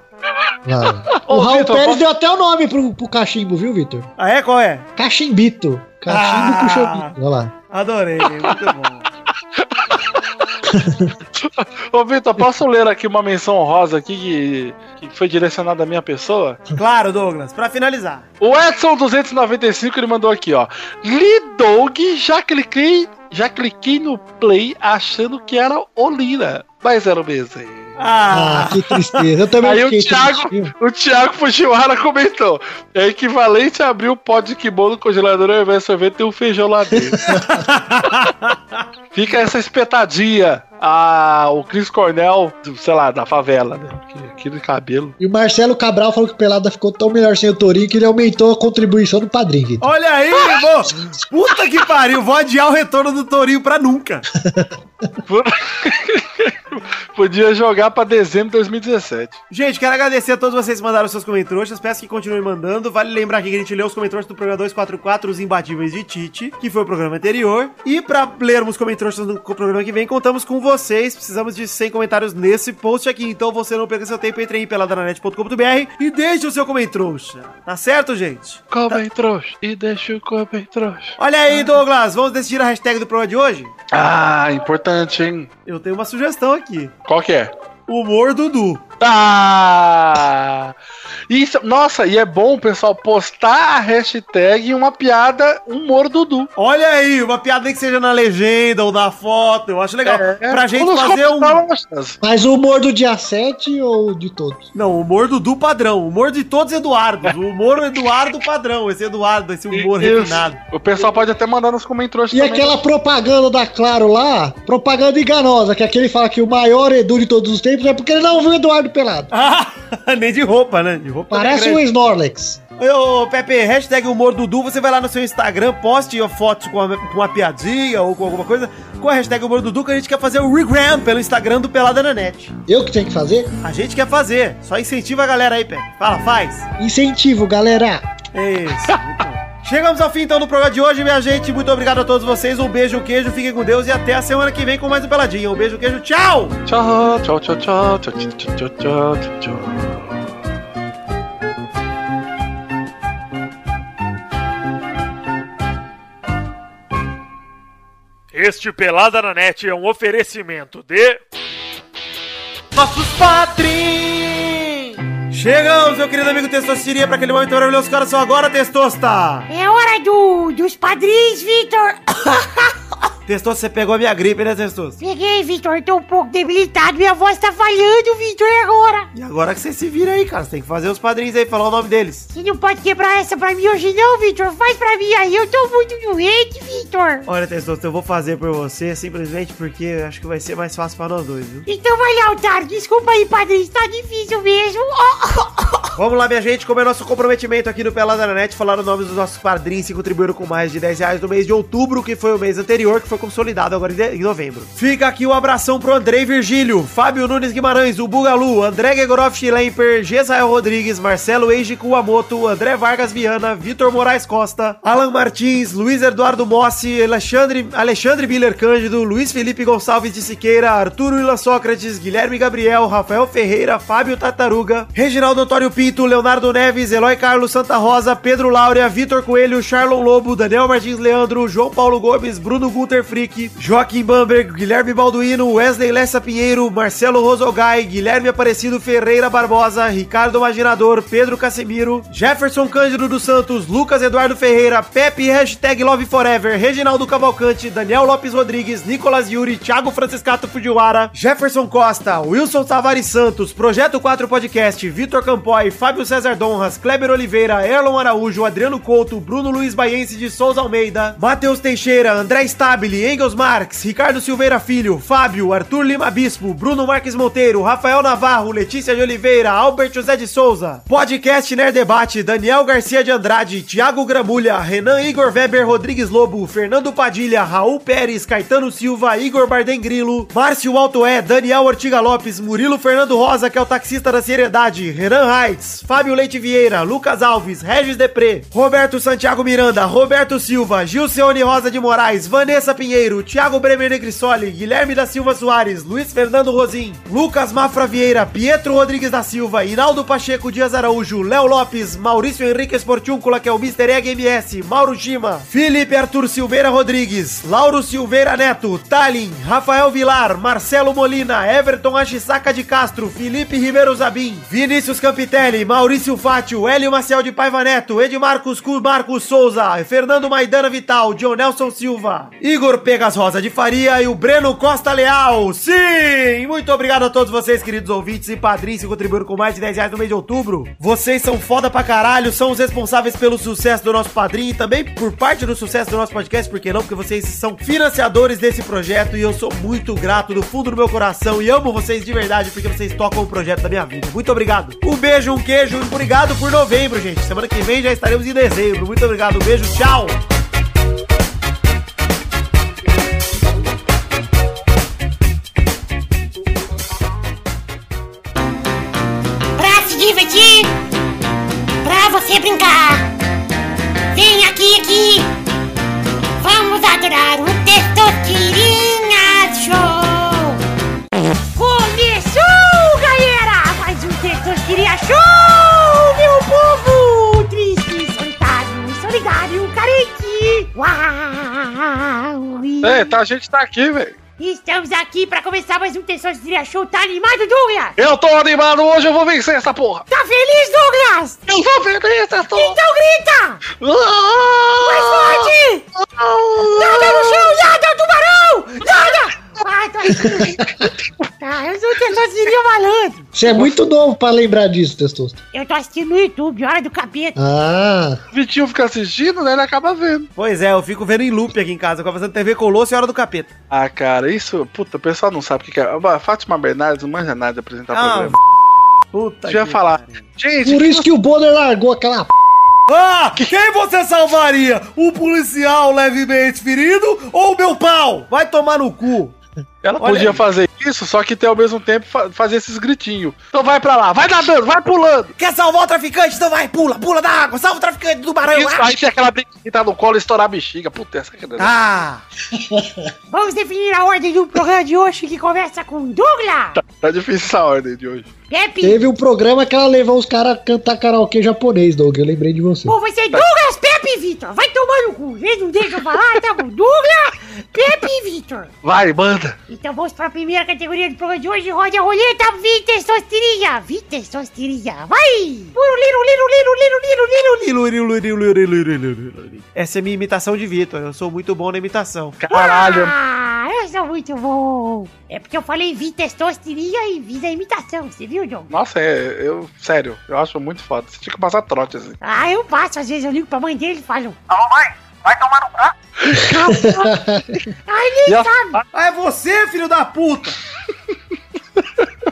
Speaker 2: Vai.
Speaker 3: Ô,
Speaker 2: O Raul
Speaker 3: Vitor,
Speaker 2: Pérez
Speaker 3: vamos-
Speaker 2: deu até o nome pro, pro cachimbo, viu, Vitor?
Speaker 4: Ah, é? Qual é?
Speaker 2: Cachimbito. Cachimbo
Speaker 4: Ah!
Speaker 2: com chobito. Olha lá.
Speaker 4: Adorei, muito bom.
Speaker 3: Ô, Vitor, posso ler aqui uma menção honrosa aqui que, que foi direcionada à minha pessoa?
Speaker 4: Claro, Douglas, pra finalizar.
Speaker 3: O Edson295 ele mandou aqui, ó. Lidog, já cliquei, já cliquei no play achando que era o Lira, mas era o mesmo.
Speaker 2: Ah,
Speaker 4: Ah,
Speaker 2: que tristeza. Eu também
Speaker 3: Aí o
Speaker 2: fiquei
Speaker 3: Thiago-
Speaker 2: triste.
Speaker 3: O Thiago Fujiwara comentou: é equivalente a abrir um pó de kimono no congelador ao invés de sorvete tem um feijão lá dentro. Fica essa espetadinha. Ah, o Chris Cornell, do- sei lá, da favela, né? Porque Aquele cabelo.
Speaker 2: E o Marcelo Cabral falou que o Pelada ficou tão melhor sem o Torinho que ele aumentou a contribuição do padrinho, Vitor.
Speaker 4: olha aí, irmão. Puta que pariu, vou adiar o retorno do Torinho pra nunca.
Speaker 3: Podia jogar pra dezembro de 2017.
Speaker 4: Gente, quero agradecer a todos vocês que mandaram seus comentários. Peço que continuem mandando. Vale lembrar aqui que a gente leu os comentários do programa 244, Os Imbatíveis de Tite, que foi o programa anterior. E pra lermos comentários no programa que vem, contamos com vocês. Precisamos de 100 comentários nesse post aqui. Então você não perca seu tempo, entre aí peladananet.com.br e deixe o seu comentário. Tá certo, gente?
Speaker 3: Comem trouxa e deixa o comem trouxa.
Speaker 4: Olha aí, Douglas, vamos decidir a hashtag do programa de hoje?
Speaker 3: Ah, importante, hein?
Speaker 4: Eu tenho uma sugestão aqui.
Speaker 3: Qual que é?
Speaker 4: Humor Dudu.
Speaker 3: Ah! Isso, nossa, e é bom o pessoal postar a hashtag uma piada humor Dudu.
Speaker 4: Olha aí, uma piada nem que seja na legenda ou na foto. Eu acho
Speaker 2: É.
Speaker 4: legal. É,
Speaker 3: É,
Speaker 4: pra gente fazer um.
Speaker 3: um.
Speaker 2: Mas o humor do dia 7 ou de todos?
Speaker 4: Não, o humor Dudu padrão. O humor de todos Eduardos. O humor Eduardo padrão. Esse Eduardo, esse humor
Speaker 3: Isso.
Speaker 4: refinado. (laughs)
Speaker 3: O pessoal pode até mandar nos comentários
Speaker 2: E aquela propaganda da Claro lá, propaganda enganosa, que é aquele fala que o maior Edu de todos os tempos é porque ele não viu o Eduardo Pelado.
Speaker 4: Ah, nem de roupa, né? De roupa.
Speaker 2: Parece um Snorlax.
Speaker 4: Ô, Pepe, hashtag humor Dudu, você vai lá no seu Instagram, poste fotos com uma, com uma piadinha ou com alguma coisa, com a hashtag humor Dudu, que a gente quer fazer o regram pelo Instagram do Pelada na Net.
Speaker 2: Eu que tenho que fazer?
Speaker 4: A gente quer fazer, só incentiva a galera aí, Pepe. Fala, faz.
Speaker 2: Incentivo, galera.
Speaker 4: (laughs) É isso. muito bom. Chegamos ao fim então do programa de hoje, minha gente. Muito obrigado a todos vocês. Um beijo, um queijo, fiquem com Deus e até a semana que vem com mais um Peladinha. Um beijo, um queijo, tchau!
Speaker 3: Tchau, tchau, tchau, tchau, tchau, tchau, tchau, tchau, tchau, tchau.
Speaker 9: Este Pelada na Net é um oferecimento de.
Speaker 4: Nossos patrins! Chegamos, meu querido amigo Testosteria, para aquele momento maravilhoso. Os caras são agora, Testosta!
Speaker 5: É hora do, dos padrinhos, Vitor.
Speaker 4: Testosta, você pegou a minha gripe, né, Testosta?
Speaker 5: (coughs) Peguei, Vitor. Tô um pouco debilitado. Minha voz tá falhando, Vitor. E agora?
Speaker 4: E agora que você se vira aí, cara, você tem que fazer os padrinhos aí, falar o nome deles.
Speaker 5: Você não pode quebrar essa pra mim hoje, não, Vitor. Faz pra mim aí. Eu tô muito doente, Vitor.
Speaker 4: Olha, Testosta, eu vou fazer por você simplesmente porque eu acho que vai ser mais fácil para nós dois, viu?
Speaker 5: Então vai lá, Otário. Desculpa aí, padrinho. Tá difícil mesmo.
Speaker 4: Vamos lá, minha gente, como é nosso comprometimento aqui no Pelada na Net, falar os nomes dos nossos padrinhos que contribuíram com mais de 10 reais no mês de outubro, que foi o mês anterior, que foi consolidado agora em de- em novembro. Fica aqui o abração pro Andrei Virgílio, Fábio Nunes Guimarães, o Bugalu, André Gegorov Schlemper, Gesael Rodrigues, Marcelo Eiji Kuwamoto, André Vargas Viana, Vitor Moraes Costa, Alan Martins, Luiz Eduardo Mossi, Alexandre, Alexandre Miller Cândido, Luiz Felipe Gonçalves de Siqueira, Arturo Ila Sócrates, Guilherme Gabriel, Rafael Ferreira, Fábio Tartaruga, Reginaldo Antônio Pinto, Leonardo Neves, Eloy Carlos Santa Rosa, Pedro Laura, Vitor Coelho, Charlon Lobo, Daniel Martins Leandro, João Paulo Gomes, Bruno Gunter Frick, Joaquim Bamberg, Guilherme Balduino, Wesley Lessa Pinheiro, Marcelo Rosogai, Guilherme Aparecido Ferreira Barbosa, Ricardo Maginador, Pedro Casimiro, Jefferson Cândido dos Santos, Lucas Eduardo Ferreira, Pepe Hashtag Love Forever, Reginaldo Cavalcante, Daniel Lopes Rodrigues, Nicolas Yuri, Thiago Franciscato Fujiwara, Jefferson Costa, Wilson Tavares Santos, Projeto 4 Podcast, Vitor Campoy, Fábio César Donras, Kleber Oliveira, Erlon Araújo, Adriano Couto, Bruno Luiz Baiense de Souza Almeida, Matheus Teixeira, André Stabile, Engels Marques, Ricardo Silveira Filho, Fábio, Arthur Lima Bispo, Bruno Marques Monteiro, Rafael Navarro, Letícia de Oliveira, Albert José de Souza, Podcast Nerd Debate, Daniel Garcia de Andrade, Thiago Gramulha, Renan Igor Weber Rodrigues Lobo, Fernando Padilha, Raul Pérez, Caetano Silva, Igor Bardem Grilo, Márcio Altoé, Daniel Ortiga Lopes, Murilo Fernando Rosa, que é o taxista da seriedade, Renan Reitz, Fábio Leite Vieira, Lucas Alves, Regis Depré, Roberto Santiago Miranda, Roberto Silva, Gilceone Rosa de Moraes, Vanessa Pinheiro, Thiago Bremer Negrisoli, Guilherme da Silva Soares, Luiz Fernando Rosim, Lucas Mafra Vieira, Pietro Rodrigues da Silva, Hinaldo Pacheco Dias Araújo, Léo Lopes, Maurício Henrique Esportiúncula, que é o Mr. Egg MS, Mauro Gima, Felipe Arthur Silveira Rodrigues, Lauro Silveira Neto, Talin, Rafael Vilar, Marcelo Molina, Everton Achisaka de Castro, Felipe Ribeiro Zabim, Vinícius Campitelli, Maurício Fátio, Hélio Maciel de Paiva Neto, Edmarcos Cu Marcos Souza, Fernando Maidana Vital, John Nelson Silva, Igor Pegas Rosa de Faria e o Breno Costa Leal. Sim! Muito obrigado a todos vocês, queridos ouvintes e padrinhos que contribuíram com mais de 10 reais no mês de outubro. Vocês são foda pra caralho, são os responsáveis pelo sucesso do nosso padrinho e também por parte do sucesso do nosso podcast, porque não? Porque vocês são financiadores desse projeto e eu sou muito grato do fundo do meu coração e amo vocês de verdade porque vocês tocam o projeto da minha vida. Muito obrigado. Um beijo, um queijo e obrigado por novembro, gente. Semana que vem já estaremos em dezembro. Muito obrigado, um beijo, tchau!
Speaker 5: Pra se divertir, pra você brincar. Vem aqui, aqui. Vamos adorar o Testosterinha Show. Começou, galera! Mais um Testosterinha Show, meu povo! Triste, solitário, solidário, carente. Uau! E
Speaker 3: Ei, tá, a gente tá aqui, velho.
Speaker 5: Estamos aqui pra começar mais um Testosterinha Show. Tá animado, Douglas?
Speaker 3: Eu tô animado hoje, eu vou vencer essa porra.
Speaker 5: Tá feliz, Douglas?
Speaker 3: Eu vou vencer essa porra. Ah!
Speaker 5: Então grita! Mais forte! Nada no chão! Nada, tubarão! Nada! Ai, tô... tá, eu sou o Testosteria Malandro.
Speaker 2: Você é muito novo pra lembrar disso, Testosta.
Speaker 5: Eu tô assistindo no YouTube, Hora do Capeta.
Speaker 2: Ah,
Speaker 3: O Vitinho fica assistindo, né? Ele acaba vendo.
Speaker 4: Pois é, eu fico vendo em loop aqui em casa, eu fico fazendo TV Colosso e Hora do Capeta.
Speaker 3: Ah, cara, isso. Puta, o pessoal não sabe o que, que é. Ah, Fátima Bernardes não manja nada de apresentar
Speaker 4: Ah,
Speaker 3: programa.
Speaker 4: Puta
Speaker 3: Deixa eu falar. Gente,
Speaker 2: por isso que o Bonner largou aquela p.
Speaker 4: Ah, quem você salvaria? O policial levemente ferido ou o meu pau? Vai tomar no cu.
Speaker 3: Ela
Speaker 4: Olha
Speaker 3: podia
Speaker 4: aí.
Speaker 3: fazer isso, só que ter ao mesmo tempo fa- fazer esses gritinhos. Então vai pra lá, vai nadando, vai pulando.
Speaker 4: Quer salvar o traficante? Então vai, pula, pula da água, salva o traficante do barão.
Speaker 3: Isso, aí tem aquela brincadeira que tá no colo e estourar a bexiga. Puta, essa que
Speaker 4: Ah,
Speaker 3: ah.
Speaker 5: Vamos definir a ordem do programa de hoje que começa com Douglas,
Speaker 3: Tá difícil essa ordem de hoje.
Speaker 5: Pepe.
Speaker 2: Teve um programa que ela levou os caras a cantar karaokê japonês, Doug. Eu lembrei de você.
Speaker 5: Bom, vai ser
Speaker 3: Tá.
Speaker 5: Douglas, Pepe e Vitor. Vai tomar no cu. Eles não deixam eu falar, tá bom? Douglas, Pepe e Vitor.
Speaker 3: Vai, manda.
Speaker 5: Então vamos para a primeira categoria do programa de hoje. Rode a roleta, Vitor Sostirinha. Vitor Sostirinha, vai! Liro, liro, liro, liro, liro, liro, liro.
Speaker 4: essa é minha imitação de Vitor. Eu sou muito bom na imitação.
Speaker 3: Caralho.
Speaker 5: Ah, eu sou muito bom. É porque eu falei Vitor Sostirinha e Visa imitação, você viu, John?
Speaker 3: Nossa, é, eu, sério, eu acho muito foda. Você tinha que passar trote assim.
Speaker 5: Ah, eu passo. Às vezes eu ligo pra mãe dele e falo... Ai,
Speaker 3: E
Speaker 5: nem
Speaker 3: ela-
Speaker 5: sabe.
Speaker 4: Ah, é você, filho da puta! (laughs)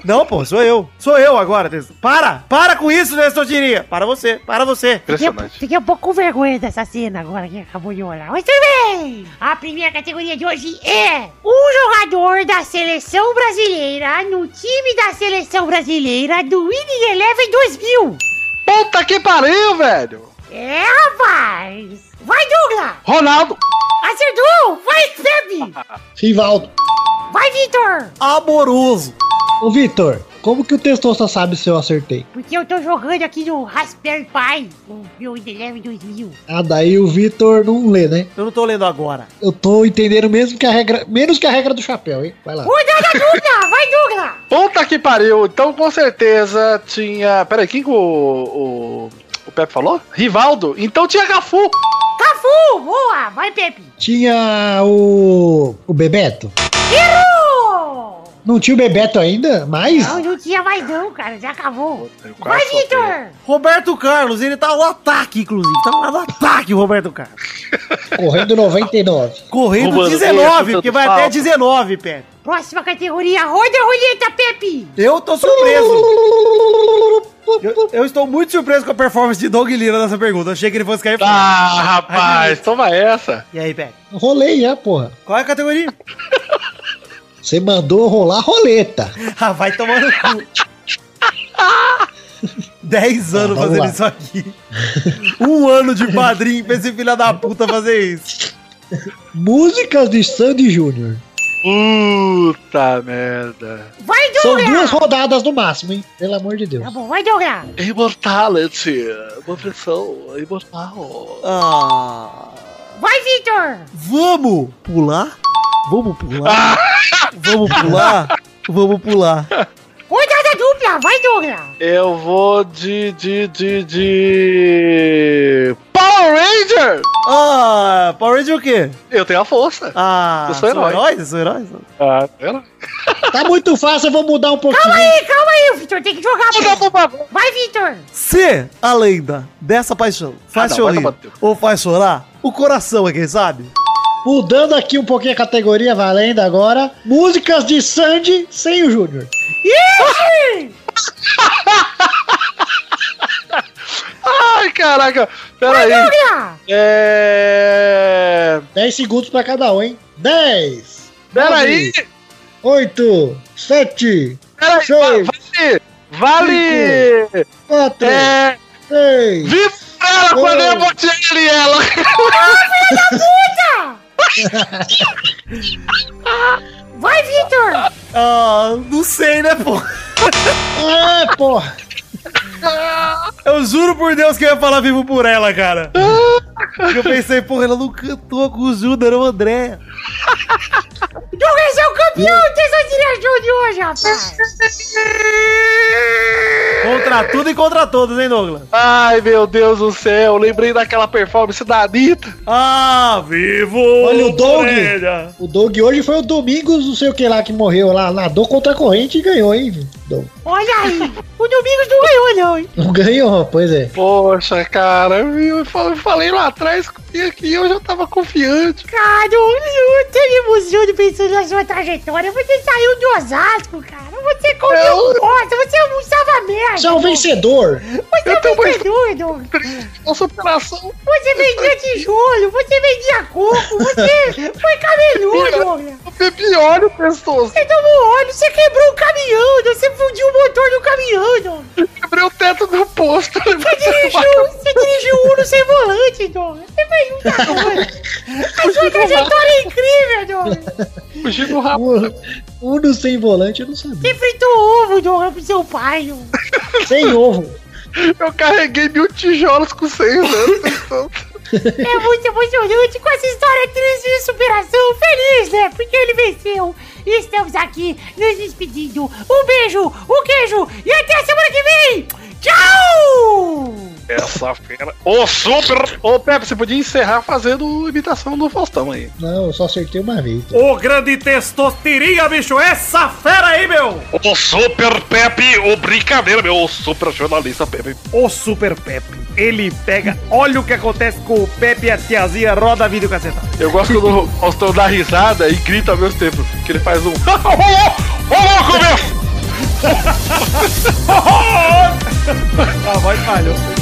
Speaker 4: Não, pô, sou eu. Sou eu agora, Tesão. Para! Para com isso, Nestor Diria! Para você, para você.
Speaker 5: Fiquei,
Speaker 3: Impressionante.
Speaker 5: fiquei um pouco com vergonha dessa cena agora que acabou de olhar. Mas tudo bem! A primeira categoria de hoje é um jogador da seleção brasileira no time da seleção brasileira do Winning Eleven 2000.
Speaker 3: Puta que pariu, velho.
Speaker 5: É, rapaz! Vai, Douglas!
Speaker 3: Ronaldo.
Speaker 5: Acertou! Vai, Pepe!
Speaker 2: Rivaldo.
Speaker 5: Vai, Vitor!
Speaker 4: Amoroso.
Speaker 2: Ô, Vitor, como que o Testosta sabe se eu acertei?
Speaker 5: Porque eu tô jogando aqui no Raspberry Pi, o meu Winning Eleven 2000.
Speaker 2: Ah, daí o Vitor não lê, né?
Speaker 4: Eu não tô lendo agora.
Speaker 2: Eu tô entendendo mesmo que a regra. Menos que a regra do chapéu, hein? Vai lá.
Speaker 5: Cuida da Douglas! Vai, Douglas!
Speaker 3: Puta que pariu. Então com certeza tinha. Peraí, quem que o. o... O Pepe falou? Rivaldo? Então tinha Cafu!
Speaker 5: Cafu! Boa! Vai, Pepe!
Speaker 2: Tinha o. o Bebeto.
Speaker 5: Errou!
Speaker 2: Não tinha o Bebeto ainda? Mas.
Speaker 5: Não, não tinha mais não, cara. Já acabou.
Speaker 3: Eu
Speaker 5: Vai,
Speaker 3: quase soltei.
Speaker 5: Vitor!
Speaker 4: Roberto Carlos, ele tá no ataque, inclusive. Tá lá no ataque, o Roberto Carlos.
Speaker 5: (laughs)
Speaker 2: Correndo 99.
Speaker 4: Correndo
Speaker 3: Roubando
Speaker 4: 19,
Speaker 3: tempo,
Speaker 4: porque vai até
Speaker 3: falta.
Speaker 4: 19, Pepe.
Speaker 5: Próxima categoria, roda a roleta, Pepe!
Speaker 4: Eu tô surpreso. Eu, eu estou muito surpreso com a performance de Doug Lira nessa pergunta. Achei que ele fosse cair fora.
Speaker 3: Ah, (laughs) rapaz, toma essa.
Speaker 4: E aí, Pepe?
Speaker 2: Rolei já, porra.
Speaker 4: Qual é a categoria? (laughs)
Speaker 2: Você mandou rolar roleta.
Speaker 4: Ah, vai tomando cu. 10 anos
Speaker 2: Ah, vamos
Speaker 4: fazendo
Speaker 2: lá.
Speaker 4: isso aqui. Um ano de padrinho pra esse filho da puta fazer isso.
Speaker 2: Músicas de Sandy Júnior.
Speaker 3: Puta merda.
Speaker 5: Vai,
Speaker 2: São
Speaker 5: Douglas!
Speaker 2: duas rodadas no máximo, hein? Pelo amor de Deus.
Speaker 5: Tá bom, vai, Douglas!
Speaker 3: Immortality. Uma pressão imortal.
Speaker 4: Ah,
Speaker 5: Vai, Vitor!
Speaker 4: vamos pular? Vamos
Speaker 3: (laughs)
Speaker 4: pular? Vamos pular? Vamos pular.
Speaker 5: Cuida da dupla, vai, Douglas!
Speaker 3: Eu vou de. de. de. de. Power Ranger!
Speaker 4: Ah, Power Ranger o quê?
Speaker 3: Eu tenho a força.
Speaker 4: Ah,
Speaker 3: Eu sou herói.
Speaker 4: Eu sou herói?
Speaker 3: Ah, pera.
Speaker 2: Tá muito fácil, eu vou mudar um pouquinho.
Speaker 5: Calma aí, calma aí, Vitor, tem que jogar,
Speaker 3: Manda,
Speaker 5: Pepe!
Speaker 3: por favor.
Speaker 5: Vai, Vitor!
Speaker 4: Se a lenda dessa paixão faz
Speaker 3: Ah, não, vai
Speaker 4: sorrir
Speaker 3: tomar no teu.
Speaker 4: ou faz chorar, o coração é quem sabe?
Speaker 2: Mudando aqui um pouquinho a categoria, valendo agora. Músicas de Sandy sem o Júnior.
Speaker 3: Ai, caraca. Pera aí.
Speaker 5: Douglas!
Speaker 3: É.
Speaker 2: 10 segundos pra cada um, hein? 10,
Speaker 3: Pera
Speaker 2: Nove.
Speaker 3: aí.
Speaker 2: 8, 7,
Speaker 3: Pera aí.
Speaker 2: Sei.
Speaker 3: Va- Vale. Vale.
Speaker 2: 4,
Speaker 3: É.
Speaker 2: 3.
Speaker 3: Viva ela quando eu botei ela.
Speaker 5: Vai, Vitor!
Speaker 4: Ah, não sei, né, pô? (laughs)
Speaker 2: É, porra.
Speaker 4: Eu juro por Deus que eu ia falar vivo por ela, cara. Eu pensei, porra, ela não cantou com o Júnior, era o André.
Speaker 5: Douglas é o campeão dessa direção de hoje, rapaz!
Speaker 4: Contra tudo e contra todos, hein, Douglas?
Speaker 3: Ai, meu Deus do céu. Lembrei daquela performance da Anitta.
Speaker 4: Ah, vivo!
Speaker 2: Olha o
Speaker 4: por
Speaker 2: Doug.
Speaker 4: ela.
Speaker 2: O Doug hoje foi o Domingos, não sei o que lá, que morreu lá. Nadou contra a corrente e ganhou, hein, Doug?
Speaker 5: Olha aí! O Domingos não ganhou, não, hein?
Speaker 2: Não ganhou, pois é.
Speaker 3: Poxa, cara, eu fal- eu falei lá atrás que eu já tava confiante.
Speaker 5: Cara, o Liu teve emoção de pensando na sua trajetória. Você saiu de Osasco, cara. Você comeu um bosta, você é um salva-merda.
Speaker 2: Você é um vencedor.
Speaker 5: Você é
Speaker 3: Eu tenho
Speaker 5: um
Speaker 3: uma
Speaker 5: vencedor, Doug.
Speaker 3: uma superação.
Speaker 5: Você vendia tijolo, você vendia coco, você foi cabeludo, Doug.
Speaker 3: Eu bebi óleo, pessoas.
Speaker 5: Você tomou óleo, você quebrou o caminhão, Doug. você fundiu o motor do caminhão, Doug.
Speaker 3: Quebrei o teto do posto. (laughs)
Speaker 5: Você dirigiu, você dirigiu um Uno sem volante, Doug. Você fez muita coisa. A sua trajetória é incrível, Doug.
Speaker 3: Fugi do rabo.
Speaker 2: Uno Um, sem volante, eu não sabia.
Speaker 5: Você fritou ovo, Doug, pro seu pai, Doug.
Speaker 2: Sem ovo.
Speaker 3: Eu carreguei mil tijolos com seis anos. Então,
Speaker 5: (laughs) É muito emocionante com essa história triste de superação. Feliz, né? Porque ele venceu. E estamos aqui nos despedindo. Um beijo, um queijo e até a semana que vem. Tchau!
Speaker 3: essa fera. Ô, super! Ô, Pepe, você podia encerrar fazendo imitação do Faustão aí.
Speaker 2: Não, eu só acertei uma vez.
Speaker 9: Ô, grande testosterinha, bicho! Essa fera aí, meu!
Speaker 3: O Super Pepe, o brincadeira, meu super jornalista Pepe.
Speaker 4: O Super Pepe. Ele pega, olha o que acontece com o Pepe e a tiazinha roda a videocasseta.
Speaker 3: Eu gosto do Faustão dar risada e grita ao mesmo tempo. Que ele faz um. Ô, louco, meu!
Speaker 4: A voz falhou.